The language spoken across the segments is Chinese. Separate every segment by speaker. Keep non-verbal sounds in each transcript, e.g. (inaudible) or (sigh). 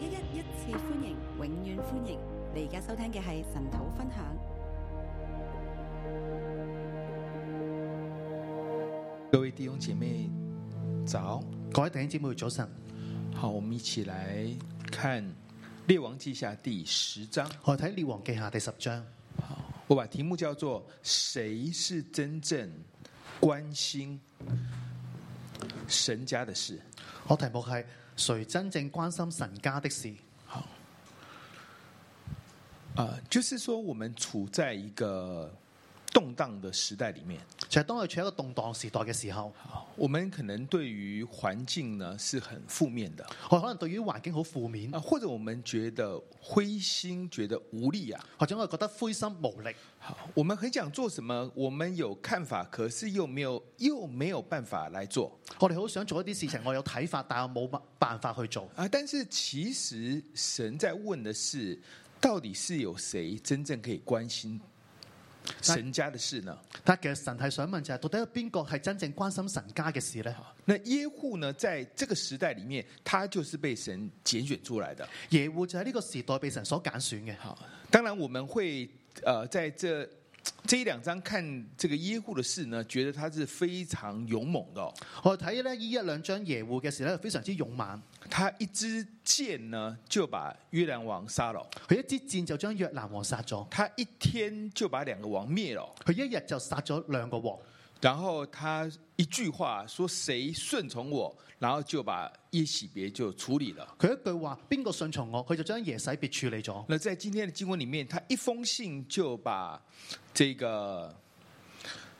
Speaker 1: 一一一次歡迎，永遠歡迎！你而家收聽嘅係神土分享。
Speaker 2: 各位弟兄姐妹，早！
Speaker 3: 各位弟兄姊妹早晨，
Speaker 2: 好，我们一起来看《列王记下》第十章。
Speaker 3: 我哋睇《列王記下》第十章，
Speaker 2: 我把题目叫做“谁是真正关心神家的事
Speaker 3: 我題目係誰真正關心神家的事？”。
Speaker 2: 啊、就是说我们处在一个动荡的时代里面，
Speaker 3: 就係當佢處於一個動盪時代嘅時候，
Speaker 2: 啊我们可能对于環境呢是很负面的，
Speaker 3: 我可能對於環境好負面，
Speaker 2: 啊，或者我们觉得灰心，觉得无力啊。
Speaker 3: 或者我覺得灰心無力，
Speaker 2: 好，我们很想做什么，我们有看法，可是又没有又没有办法来做
Speaker 3: 我哋好想做一啲事情，我有睇法，但我冇辦法去做。
Speaker 2: 啊。但是其实神在问的是，到底是有谁真正可以关心神家的事呢？
Speaker 3: 但其實神係想問就係、到底有邊個係真正關心神家嘅事呢？
Speaker 2: 那耶户呢，在这个时代里面，他就是被神拣选出来的。
Speaker 3: 耶戶就喺呢個時代被神所揀選嘅。
Speaker 2: 好，当然我们会呃，在这这一两章看这个耶户的事呢，觉得他是非常勇猛的、哦。
Speaker 3: 我哋睇呢呢一兩章耶戶嘅時咧，非常之勇猛，
Speaker 2: 他一支箭呢，就把约兰王杀了；
Speaker 3: 佢一支箭就將約南王殺咗，
Speaker 2: 他一天就把两个王灭了。
Speaker 3: 佢一日就殺咗兩個王。
Speaker 2: 然后他一句话说：“谁顺从我？”然后就把耶喜别就处理了。
Speaker 3: 佢一句話：邊個信從我，佢就將耶洗別處理咗。
Speaker 2: 那在今天的经文里面，他一封信就把这个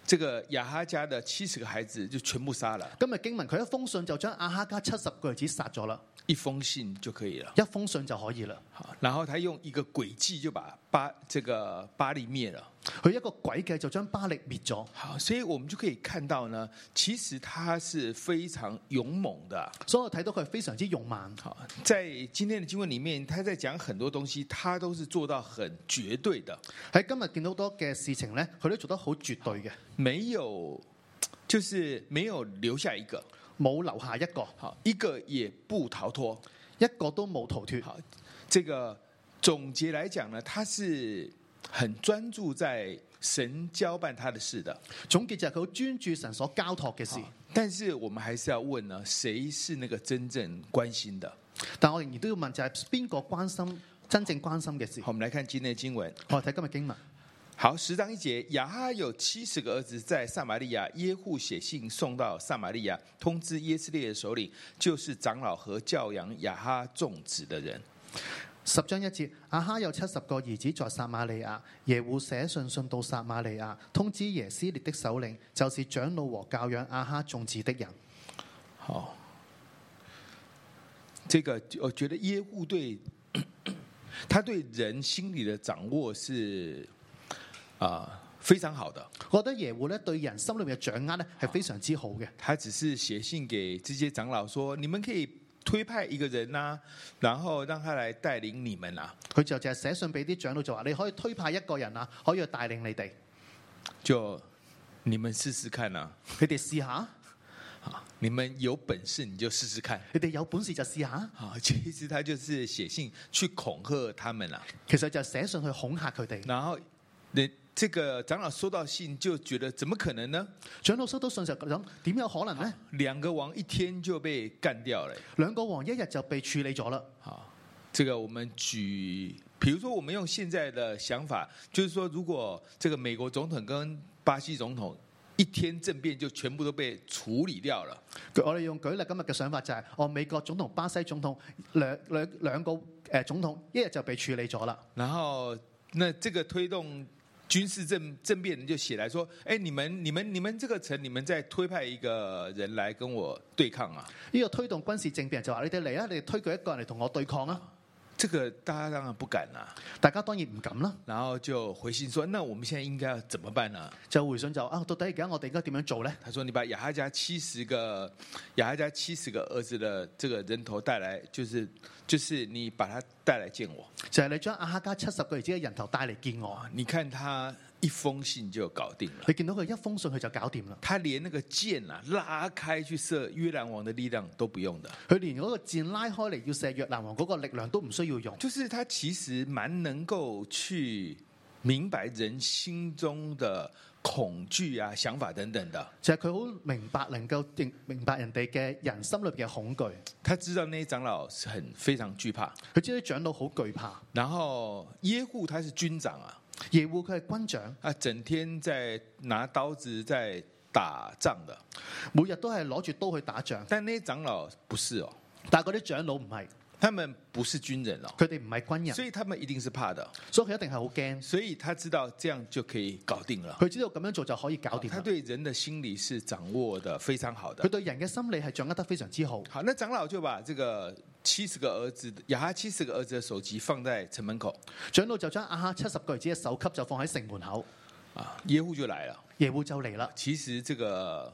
Speaker 2: 这个亚哈家的七十个孩子就全部杀了，
Speaker 3: 今日經文佢一封信就將阿哈加七十個兒子殺咗啦，
Speaker 2: 一封信就可以了。
Speaker 3: 一封信就可以啦。
Speaker 2: 好，然后他用一个诡计就把巴这个巴利灭了。
Speaker 3: 佢一個詭計就將巴力滅咗，
Speaker 2: 好，所以我们就可以看到呢，其实他是非常勇猛的。
Speaker 3: 所以我睇到佢非常之勇猛。
Speaker 2: 好，在今天的经文里面，他在讲很多东西，他都是做到很绝对的，
Speaker 3: 喺今日見到好多嘅事情呢，佢都做得好絕對嘅，
Speaker 2: 没有，就是没有留下一个，
Speaker 3: 冇留下一個，
Speaker 2: 好，一个也不逃脱。
Speaker 3: 一個都冇逃脱。
Speaker 2: 好，这个总结来讲呢，他是很专注在神交办他的事的。
Speaker 3: 總結就係佢好專注神所交託嘅事，
Speaker 2: 但是我们还是要问呢，谁是那个真正关心的？
Speaker 3: 但我仍然都要問就係邊個關心真正關心嘅事
Speaker 2: 好，？我们来看今天的经文。
Speaker 3: 我哋睇今日經文。
Speaker 2: 好，十章一节，雅哈有七十个儿子在撒玛利亚，耶户写信送到撒玛利亚，通知耶斯列的首领，就是长老和教养雅哈众子的人。
Speaker 3: 十章一節，阿哈有七十個兒子在撒瑪利亞，耶戶寫信信到撒瑪利亞，通知耶斯列的首領，就是長老和教養阿哈眾子的人。
Speaker 2: 好，这个我觉得耶户对 (clears throat) 他对人心理的掌握是啊、非常好的，
Speaker 3: 我覺得耶戶咧對人心裏面嘅掌握咧係非常之好嘅。
Speaker 2: 他只是写信给这些长老说，你们可以推派一个人呐、然后让他来带领你们呐、
Speaker 3: 佢就就係寫信俾啲長老就話：你可以推派一個人啊，可以去帶領你哋，
Speaker 2: 就你们试试看呐、
Speaker 3: 你哋試下，
Speaker 2: 啊，你们有本事你就试试看。
Speaker 3: 你哋有本事就試下。
Speaker 2: 啊， (laughs) 其实他就是写信去恐吓他们 (laughs) 啦、
Speaker 3: 其實就係寫信去恐嚇佢哋。
Speaker 2: 然后，那这个长老收到信就觉得怎么可能呢？
Speaker 3: 長老收到信就諗：點有可能呢？
Speaker 2: 两个王一天就被干掉了。
Speaker 3: 兩個王一日就被處理咗啦。
Speaker 2: 好，这个我们举，比如说我们用现在的想法，就是说，如果这个美国总统跟巴西总统一天政变就全部都被处理掉了，
Speaker 3: 我哋用舉例今日嘅想法就係、哦，美國總統、巴西總統兩兩兩個誒、呃、總統一日就被處理咗啦。
Speaker 2: 然后那这个推动军事政政变人就写来说，哎，你们你们你们这个城，你们再推派一个人来跟我对抗啊！
Speaker 3: 呢、個推動軍事政變就話：你哋嚟啊，你哋推舉一個人嚟同我對抗啊！
Speaker 2: 这个大家当然不敢啦、啊
Speaker 3: 大家當然唔敢啦，
Speaker 2: 然后就回信说，那我们现在应该要怎么办呢、
Speaker 3: 就回信就啊，到底而家我哋應該點樣做呢？
Speaker 2: 他说：“你把雅哈家七十个雅哈家七十个儿子的这个人头带来，就是就是你把他带来见我。
Speaker 3: 就係、你將阿哈加七十個兒子嘅人頭帶嚟見我，
Speaker 2: 你看他一封信就搞定了。
Speaker 3: 你見到佢一封信佢就搞掂啦。
Speaker 2: 他连那个箭啊拉开去射约兰王的力量都不用的，
Speaker 3: 佢連嗰個箭拉開嚟要射若南王嗰個力量都唔需要用。
Speaker 2: 就是他其实蛮能够去明白人心中的恐惧啊、想法等等的。
Speaker 3: 就係佢好明白能夠認明白人哋嘅人心裏邊嘅恐懼，
Speaker 2: 他知道那些长老是很非常惧怕，
Speaker 3: 佢知道啲長老好懼怕。
Speaker 2: 然后耶户他是军长啊，
Speaker 3: 耶户佢係軍長，
Speaker 2: 啊，整天在拿刀子在打仗的，
Speaker 3: 每日都係攞住刀去打仗，
Speaker 2: 但那些长老不是哦，
Speaker 3: 但係嗰啲長老唔係，
Speaker 2: 他们不是军人哦，
Speaker 3: 佢哋唔係軍人，
Speaker 2: 所以他们一定是怕的，
Speaker 3: 所以佢一定係好驚。
Speaker 2: 所以他知道这样就可以搞定了。
Speaker 3: 佢知道咁樣做就可以搞掂
Speaker 2: 他
Speaker 3: 啦。
Speaker 2: 对人的心理是掌握的非常好
Speaker 3: 佢
Speaker 2: 的。
Speaker 3: 對人嘅心理係掌握得非常之好。
Speaker 2: 好，那长老就把这个七十个儿子雅哈七十个儿子的首级放在城门口
Speaker 3: 長老就將啊亞哈七十個兒子嘅首級就放喺城門口，
Speaker 2: 啊，耶户就來了。
Speaker 3: 耶戶就嚟啦。
Speaker 2: 其實這個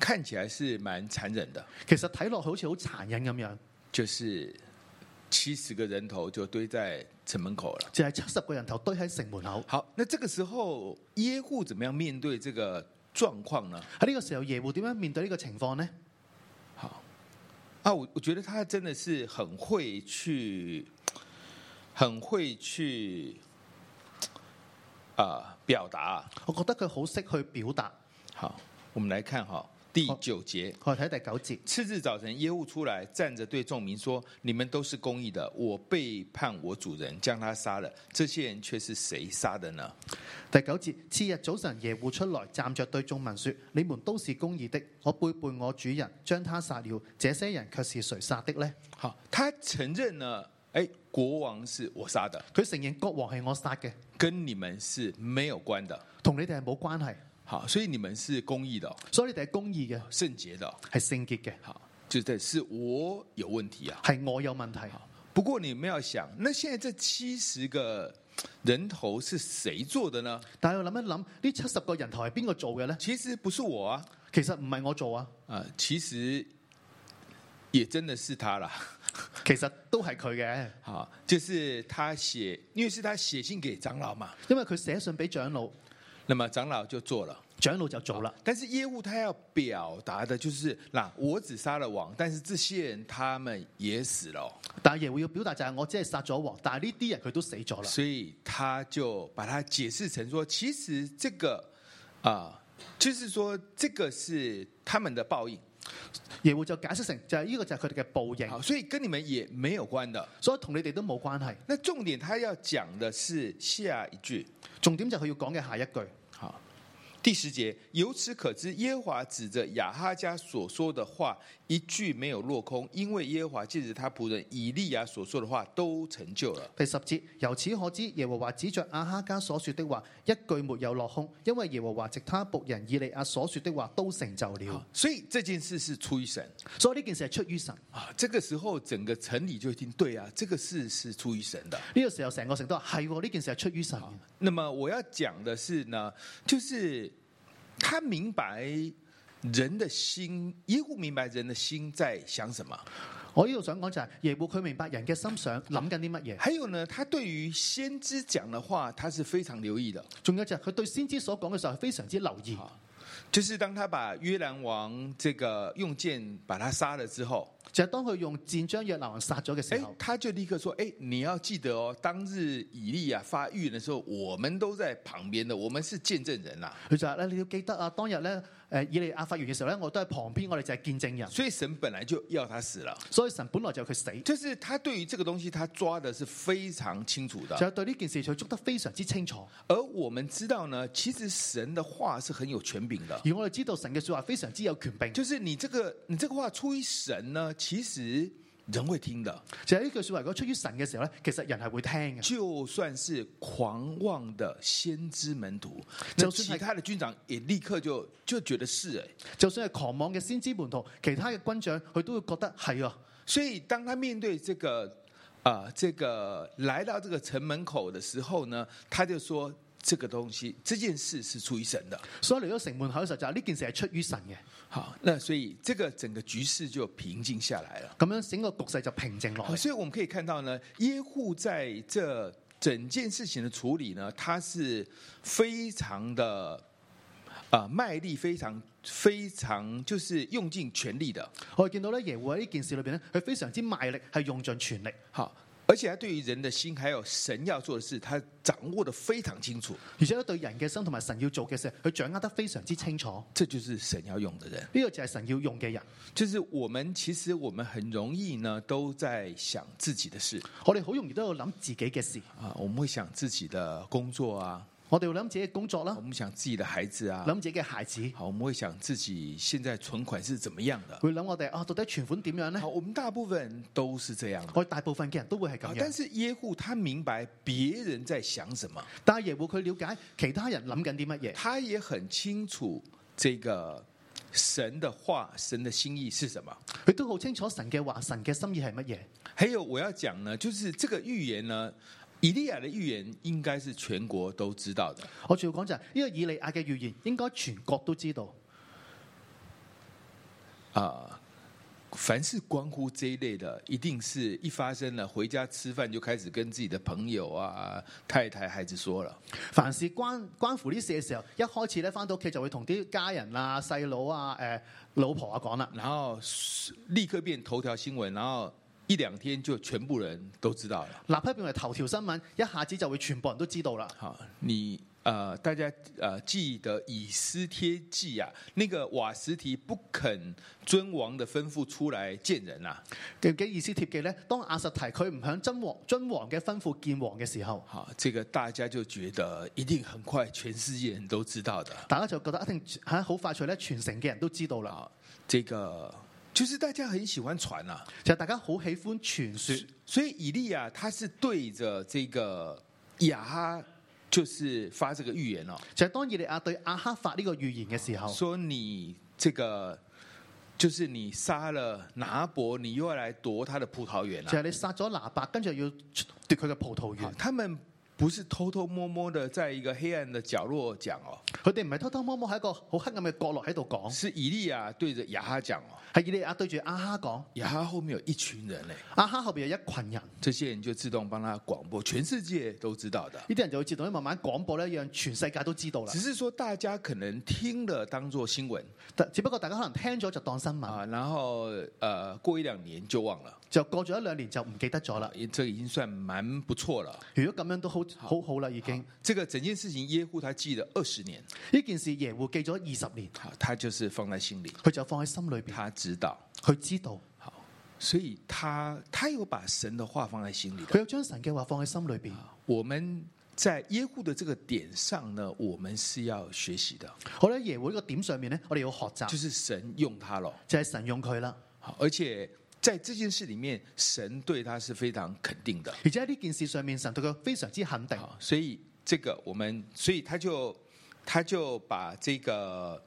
Speaker 2: 看起來是蠻殘忍的，
Speaker 3: 其實睇落去好似好殘忍咁樣，
Speaker 2: 就是七十个人头就堆在城门口了。
Speaker 3: 就係七十個人頭堆喺城門口。
Speaker 2: 好，那这个时候耶户怎么样面对这个状况呢？
Speaker 3: 喺呢個時候，耶戶點樣面對呢個情況呢？
Speaker 2: 好啊，我我觉得他真的是很会去，很会去啊、表达。
Speaker 3: 我覺得佢好識去表達。
Speaker 2: 好，我们来看哈第
Speaker 3: 好
Speaker 2: 九节。
Speaker 3: 我哋睇第九節，
Speaker 2: 次日早晨，耶户出来，站着对众民说：“你们都是公义的，我背叛我主人，将他杀了。这些人却是谁杀的呢？
Speaker 3: 第九節，次日早晨，耶戶出來，站着對眾民說：你們都是公義的，我背叛我主人，將他殺了。這些人卻是誰殺的呢？
Speaker 2: 好，他承认呢，哎，国王是我杀的，
Speaker 3: 佢承認國王係我殺嘅，
Speaker 2: 跟你们是没有关的。
Speaker 3: 同你哋係冇關係，
Speaker 2: 好，所以你们是公义的哦、
Speaker 3: 所以你哋係公義嘅，
Speaker 2: 圣洁的哦、
Speaker 3: 係聖潔嘅，
Speaker 2: 好，就对，是我有问题啊。
Speaker 3: 係我有問題。
Speaker 2: 不过你们要想，那现在这七十个人头是谁做的呢？
Speaker 3: 但係我諗一諗，呢七十個人頭係邊個做嘅呢？
Speaker 2: 其实不是我啊，
Speaker 3: 其實唔係我做啊，
Speaker 2: 啊、其实也真的是他啦。
Speaker 3: 其實都係佢嘅，
Speaker 2: 好，就是他写，因为是他写信给长老嘛，
Speaker 3: 因為佢寫信俾長老，
Speaker 2: 那么长老就做了。
Speaker 3: 長老就做啦。
Speaker 2: 但是业务他要表达的就是，嗱，我只杀了王，但是这些人他们也死了哦、
Speaker 3: 但係耶戶要表達就係我只係殺咗王，但係呢啲人佢都死咗啦。
Speaker 2: 所以他就把它解释成说，其实这个啊、就是说这个是他们的报应，
Speaker 3: 耶戶就解釋成就係呢個就係佢哋嘅報應。
Speaker 2: 好，所以跟你们也没有关的。
Speaker 3: 所以同你哋都冇關係。
Speaker 2: 那重点他要讲的是下一句，
Speaker 3: 重點就係佢要講嘅下一句。
Speaker 2: 好，第十节，由此可知，耶和华指着亚哈家所说的话，一句没有落空，因为耶和华借着他仆人以利亚所说的话都成就了。
Speaker 3: 第十節，由此可知，耶和華指着阿哈家所說的話，一句沒有落空，因為耶和華藉他仆人以利亞所說的話都成就
Speaker 2: 好
Speaker 3: 了。
Speaker 2: 所以這件事是出于神
Speaker 3: 所以呢件事係出於神。
Speaker 2: 啊，这个时候整个城里就已经对啊，这个事是出于神的。
Speaker 3: 呢、個時候成個城都話係喎呢件事係出於神嘅。
Speaker 2: 那么我要讲的是呢，就是他明白人的心，耶户明白人的心在想什么，
Speaker 3: 我呢度想講就係、耶和佢明白人嘅心想諗緊啲乜嘢，
Speaker 2: 还有呢，他对于先知讲的話，他是非常留意的。
Speaker 3: 仲有就係佢對先知所講嘅時候係非常之留意。
Speaker 2: 就是当他把约兰王这个用剑把他杀了之后，
Speaker 3: 就係、當佢用箭將約拿王殺咗嘅
Speaker 2: 哎
Speaker 3: 時候，，
Speaker 2: 他就立刻说：“哎，你要记得哦，当日以利亚发预言的时候，我们都在旁边的，我们是见证人啦、啊
Speaker 3: 佢就話咧：你要記得啊，當日咧誒以利亞發完嘅時候咧，我都喺旁邊，我哋就係見證人。
Speaker 2: 所以神本来就要他死了。
Speaker 3: 所以神本來就係佢死。
Speaker 2: 就是他对于这个东西，他抓的是非常清楚的。
Speaker 3: 就對呢件事佢捉得非常之清楚，
Speaker 2: 而我们知道呢，其实神的话是很有权柄的，
Speaker 3: 而我哋知道神嘅说話非常之有權柄，
Speaker 2: 就是你这个你这个话出于神呢，其实人会听的，
Speaker 3: 就係呢句说話。如果出於神嘅時候咧，其實人係會聽嘅，
Speaker 2: 就算是狂妄的先知门徒，那
Speaker 3: 就算是
Speaker 2: 其他的军长也立刻就就觉得是哎。
Speaker 3: 就算係狂妄嘅先知門徒，其他嘅軍長佢都會覺得係啊。
Speaker 2: 所以当他面对这个啊、这个来到这个城门口的时候呢，他就说这个东西这件事是出于神的。
Speaker 3: 所以嚟到城門口嘅時候，就係呢件事係出於神嘅，
Speaker 2: 好，那所以这个整个局势就平静下来了。
Speaker 3: 咁樣整個局勢就平靜落
Speaker 2: 好，
Speaker 3: 嚟。
Speaker 2: 所以我们可以看到呢，耶户在这整件事情的处理呢，他是非常的啊、呃卖力，非常非常就是用尽全力的。
Speaker 3: 我哋見到咧耶戶喺呢件事裏邊咧，佢非常之賣力，係用盡全力，
Speaker 2: 好，而且他对于人的心还有神要做的事，他掌握的非常清楚。
Speaker 3: 而且咧對人嘅心同埋神要做嘅事，佢掌握得非常之清楚。
Speaker 2: 这就是神要用的人。
Speaker 3: 呢、個就係神要用嘅人。
Speaker 2: 就是我们其实我们很容易呢都在想自己的事
Speaker 3: 我哋好容易都要諗自己嘅事，
Speaker 2: 啊，我们会想自己的工作啊，
Speaker 3: 我哋會諗自己嘅工作啦
Speaker 2: 我，们想自己的孩子啊，
Speaker 3: 諗自己嘅孩子，
Speaker 2: 好，我们会想自己现在存款是怎么样的。
Speaker 3: 會諗我哋啊，到底存款點樣呢
Speaker 2: 好，？我们大部分都是这样的。
Speaker 3: 我哋大部分嘅人都會係
Speaker 2: 好啊
Speaker 3: 咁
Speaker 2: 但
Speaker 3: 樣，
Speaker 2: 是耶户他明白别人在想什么，
Speaker 3: 但係耶戶佢了解其他人諗緊啲乜嘢，
Speaker 2: 他也很清楚这个神的话、神的心意是什么。
Speaker 3: 佢都好清楚神嘅話、神嘅心意係乜嘢。
Speaker 2: 还有我要讲呢，就是这个预言呢，以利亚的预言应该是全国都知道的。
Speaker 3: 我仲要講就係呢個以利亞嘅預言，應該全國都知道。
Speaker 2: 啊、凡是关乎这一类的，一定是一发生了，回家吃饭就开始跟自己的朋友啊、太太、孩子说了。
Speaker 3: 凡事關關乎呢事嘅時候，一開始咧翻到屋企就會同啲家人啊、細佬啊、誒、老婆啊講啦，
Speaker 2: 然后立刻变头条新闻，然后一两天就全部人都知道了。
Speaker 3: 立刻變為頭條新聞，一下子就會全部人都知道啦。
Speaker 2: 好，你呃，大家呃记得以斯帖记啊，那个瓦斯提不肯尊王的吩咐出来见人啊。
Speaker 3: 記唔記意思貼記咧？當亞實提佢唔響真王真王嘅吩咐見王嘅時候，
Speaker 2: 好，这个大家就觉得一定很快全世界人都知道的。
Speaker 3: 大家就覺得一定嚇好快脆咧，全城嘅人都知道啦。
Speaker 2: 啊，这个就是大家很喜欢传啊，
Speaker 3: 就係大家好喜歡傳
Speaker 2: 所
Speaker 3: 說，
Speaker 2: 所以以利亚他是对着这个亚哈，就是發这个预言哦，
Speaker 3: 就係、當以利亞對亞哈發呢個預言嘅時候，
Speaker 2: 说你这个就是你杀了拿伯，你又要来奪他的葡萄园
Speaker 3: 就係、
Speaker 2: 啊。
Speaker 3: 你殺咗拿伯，跟住又要奪佢嘅葡萄
Speaker 2: 好
Speaker 3: 園。
Speaker 2: 他们不是偷偷摸摸的在一个黑暗的角落讲哦，
Speaker 3: 佢哋唔係偷偷摸摸喺一個好黑暗嘅角落喺度講，
Speaker 2: 是以利亚对着亚哈讲哦。
Speaker 3: 係以利亞對住亞哈講，
Speaker 2: 亚哈后面有一群人嘞，
Speaker 3: 亞哈後邊有一群人，呢
Speaker 2: 这些人就自动帮他广播，全世界都知道的。
Speaker 3: 啲人就會自動慢慢廣播咧，讓全世界都知道啦
Speaker 2: 只。是说大家可能聽了當做新聞
Speaker 3: 但只不過大家可能聽咗就當新聞，
Speaker 2: 啊，然後呃過一兩年就忘了，
Speaker 3: 就過咗一兩年就唔記得咗啦。
Speaker 2: 也这已經算蠻不錯了。
Speaker 3: 如果咁樣都
Speaker 2: 啊
Speaker 3: 好好好啦，已經
Speaker 2: 这个整件事情耶户他記了二十年，
Speaker 3: 呢件事耶戶記咗二十年，
Speaker 2: 好，他就是放在心里，
Speaker 3: 佢就放喺心裏邊，
Speaker 2: 他知道，
Speaker 3: 佢知道，
Speaker 2: 所以他他有把神的話放在心里的。
Speaker 3: 佢有將神嘅話放喺心裏邊。
Speaker 2: 我們在耶户的這個點上呢，我們是要學習的，
Speaker 3: 好咧，耶和呢個點上面咧，我哋要學
Speaker 2: 就
Speaker 3: 習，
Speaker 2: 是神用他咯，
Speaker 3: 就係神用佢啦。
Speaker 2: 好而且在這件事裡面，神對他是非常肯定的。
Speaker 3: 而且喺呢件事上面，神對佢非常之肯定，
Speaker 2: 好，所以这个我们，所以他就他就把这个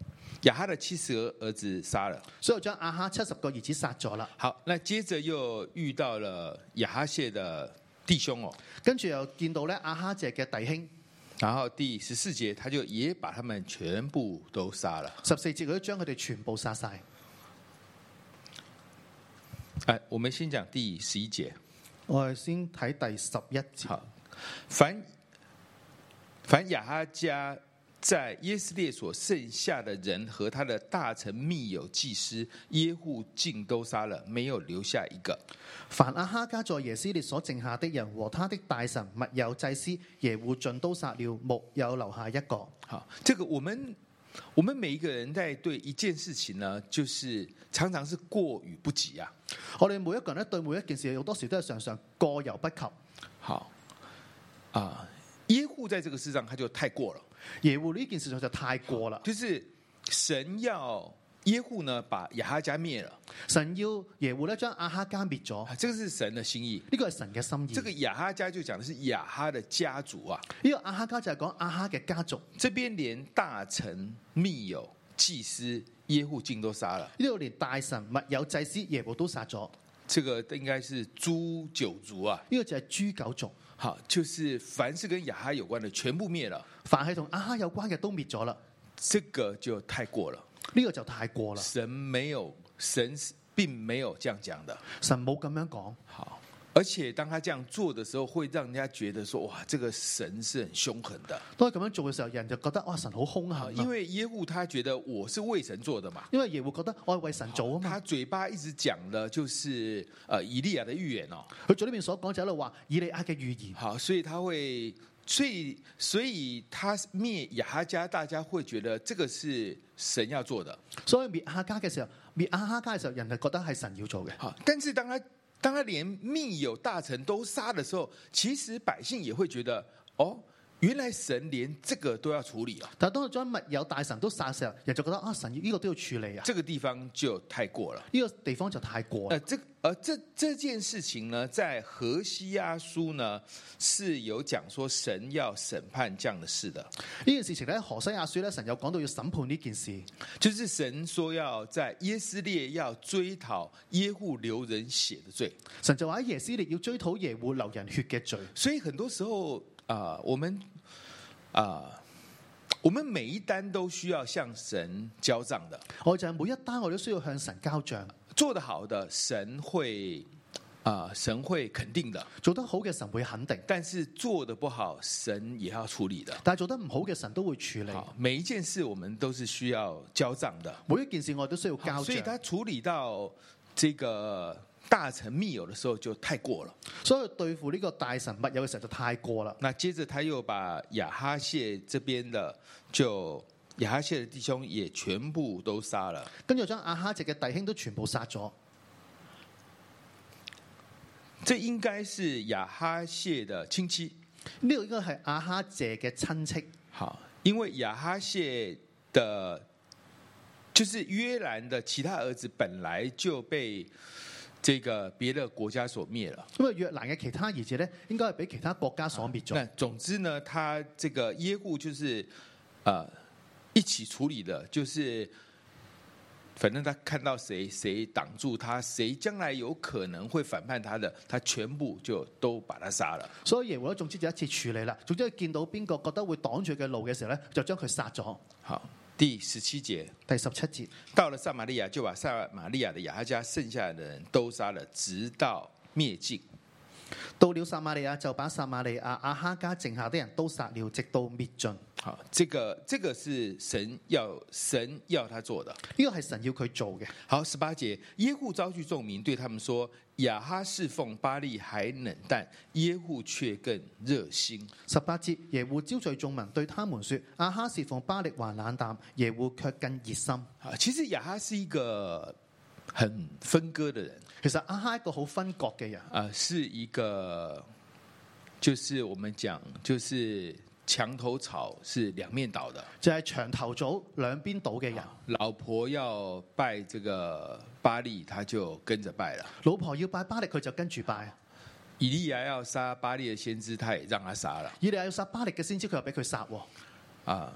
Speaker 2: 亚哈的七十个儿子杀了。
Speaker 3: 所以我將亞哈七十個兒子殺咗啦。
Speaker 2: 好，那接着又遇到了亚哈谢的弟兄哦，
Speaker 3: 跟住又見到咧亞哈謝嘅弟兄，
Speaker 2: 然后第十四节他就也把他们全部都杀了。
Speaker 3: 十四節佢都將佢哋全部殺晒。
Speaker 2: 哎，我们先讲第十一節。
Speaker 3: 我哋先睇第十一節。
Speaker 2: 好，凡凡亚哈家在耶斯列所剩下的人和他的大臣密友祭司耶户竟都杀了，没有留下一个。
Speaker 3: 凡亞哈家在耶斯列所剩下的人和他的大臣、密友、祭司、耶户盡都殺了，木有留下一個。
Speaker 2: 好，这个我们我们每一个人在对一件事情呢，就是常常是过与不及啊。
Speaker 3: 我哋每一個人咧對每一件事好多時都係常常過猶不及。
Speaker 2: 好啊，耶户在这个事上他就太过了，
Speaker 3: 耶户呢件事上就太過啦。
Speaker 2: 就是神要耶户呢把亚哈家灭了
Speaker 3: 神要耶户咧將亞哈家滅咗，
Speaker 2: 啊，这个是神的心意。
Speaker 3: 呢個係神嘅心意。
Speaker 2: 这个亚哈家就讲的是亚哈的家族啊，
Speaker 3: 呢個亞哈家就係講亞哈嘅家族，
Speaker 2: 这边连大臣、密友、祭司、耶户竟都杀了，
Speaker 3: 呢度連大臣、密友、祭司、耶户都殺咗。
Speaker 2: 这个应该是诛九族啊。
Speaker 3: 呢、個就係豬九族，
Speaker 2: 好，就是凡是跟亚哈有关的全部灭了。
Speaker 3: 凡係同亞哈有關嘅都滅咗啦。
Speaker 2: 这个就太过了，
Speaker 3: 呢、個就太過
Speaker 2: 嗯
Speaker 3: 啦。
Speaker 2: 神没有，神是并没有这样讲的。
Speaker 3: 神冇咁樣講，
Speaker 2: 好，而且当他这样做的时候，会让人家觉得说，哇，这个神是很凶狠的
Speaker 3: 當佢咁樣做嘅時候，人就覺得哇神好兇
Speaker 2: 啊！
Speaker 3: 狠
Speaker 2: 因
Speaker 3: 啊，
Speaker 2: 为耶户他觉得我是为神做的嘛，
Speaker 3: 因為耶户覺得我係為神做啊
Speaker 2: 他
Speaker 3: 嘛。
Speaker 2: 嘴巴一直讲的就是呃以利亚的预言哦，
Speaker 3: 佢嘴裏面所講就喺度話以利亞嘅預言，
Speaker 2: 好，所以他会，所以所以他灭亚哈家，大家会觉得这个是神要做的，
Speaker 3: 所以滅亞家嘅時候，滅亞哈家嘅時候，人就覺得係神要做嘅。
Speaker 2: 好，但是当他当他连密友大臣都杀的时候，其实百姓也会觉得，哦，原来神连这个都要处理啊、
Speaker 3: 但係當佢將密友大臣都殺嘅時候，人就覺得啊神要呢個都要處理啊，
Speaker 2: 这个地方就太过了。
Speaker 3: 呢、個地方就太過啦。
Speaker 2: 呃，这呃这这件事情呢，在荷西阿书呢是有讲说神要审判这样的事的，
Speaker 3: 呢件事情咧，何西亞書咧，神有講到要審判呢件事，
Speaker 2: 就是神说要在耶斯列要追讨耶户流人血的罪，
Speaker 3: 神就話喺耶斯列要追討耶户流人血嘅罪。
Speaker 2: 所以很多时候啊、我们啊、我们每一单都需要向神交账的，
Speaker 3: 我就係每一單我都需要向神交帳，
Speaker 2: 做得好的神会啊、神会肯定的，
Speaker 3: 做得好嘅神會肯定，
Speaker 2: 但是做得不好，神也要处理的。
Speaker 3: 但係做得唔好嘅神都會處理。
Speaker 2: 好，每一件事我们都是需要交账的，
Speaker 3: 每一件事我都需要交
Speaker 2: 好所以
Speaker 3: 帳，
Speaker 2: 他处理到这个大臣密友的时候就太过了。
Speaker 3: 所以對付呢個大神密友嘅時候就太過啦。
Speaker 2: 那接着他又把亚哈谢这边的就亚哈谢的弟兄也全部都杀了。
Speaker 3: 跟住將阿哈直嘅弟兄都全部殺咗。
Speaker 2: 这应该是亚哈谢的亲戚，
Speaker 3: 呢個應該係阿哈謝嘅親戚，
Speaker 2: 好，因为亚哈谢的，就是约兰的其他儿子本来就被这个别的国家所灭了。
Speaker 3: 因為約蘭嘅其他兒子咧，應該係俾其他國家所滅咗。
Speaker 2: 那总之呢，他这个耶户就是呃一起处理的，就是反正他看到谁谁挡住他，谁将来有可能会反叛他的，他全部就都把他杀了。
Speaker 3: 所以耶和華總之就一次處理啦。總之佢見到邊個覺得會擋住佢嘅路嘅時候咧，就將佢殺咗。
Speaker 2: 好，第十七节，
Speaker 3: 第十七節，
Speaker 2: 到了撒玛利亚，就把撒玛利亚的雅哈家剩下的人都杀了，直到灭尽。
Speaker 3: 到了撒瑪利亞就把撒瑪利亞阿哈家剩下的人都殺了，直到滅盡。呢
Speaker 2: 好，这个这个是神要神要他做的。
Speaker 3: 個係神要佢做嘅。
Speaker 2: 好，十八节，耶户招聚众民，对他们说：亚哈侍奉巴利还冷淡，耶户却更热心。
Speaker 3: 十八節，耶户招聚眾民，對他們說：阿哈侍奉巴力還冷淡，耶户卻更熱心。
Speaker 2: 啊，其实亚哈是一个很分割的人，
Speaker 3: 其實阿哈一個好分割嘅人，
Speaker 2: 啊，是一个就是我们讲就是墙头草是两面倒的，
Speaker 3: 就係、長頭組兩邊倒嘅人。
Speaker 2: 老婆要拜这个巴利，他就跟着拜了；
Speaker 3: 老婆要拜巴力，佢就跟住拜。啊
Speaker 2: 以利亚要杀巴利的先知，他也让他杀了。
Speaker 3: 以利亞要殺巴力嘅先知，佢又俾佢殺喎。
Speaker 2: 啊，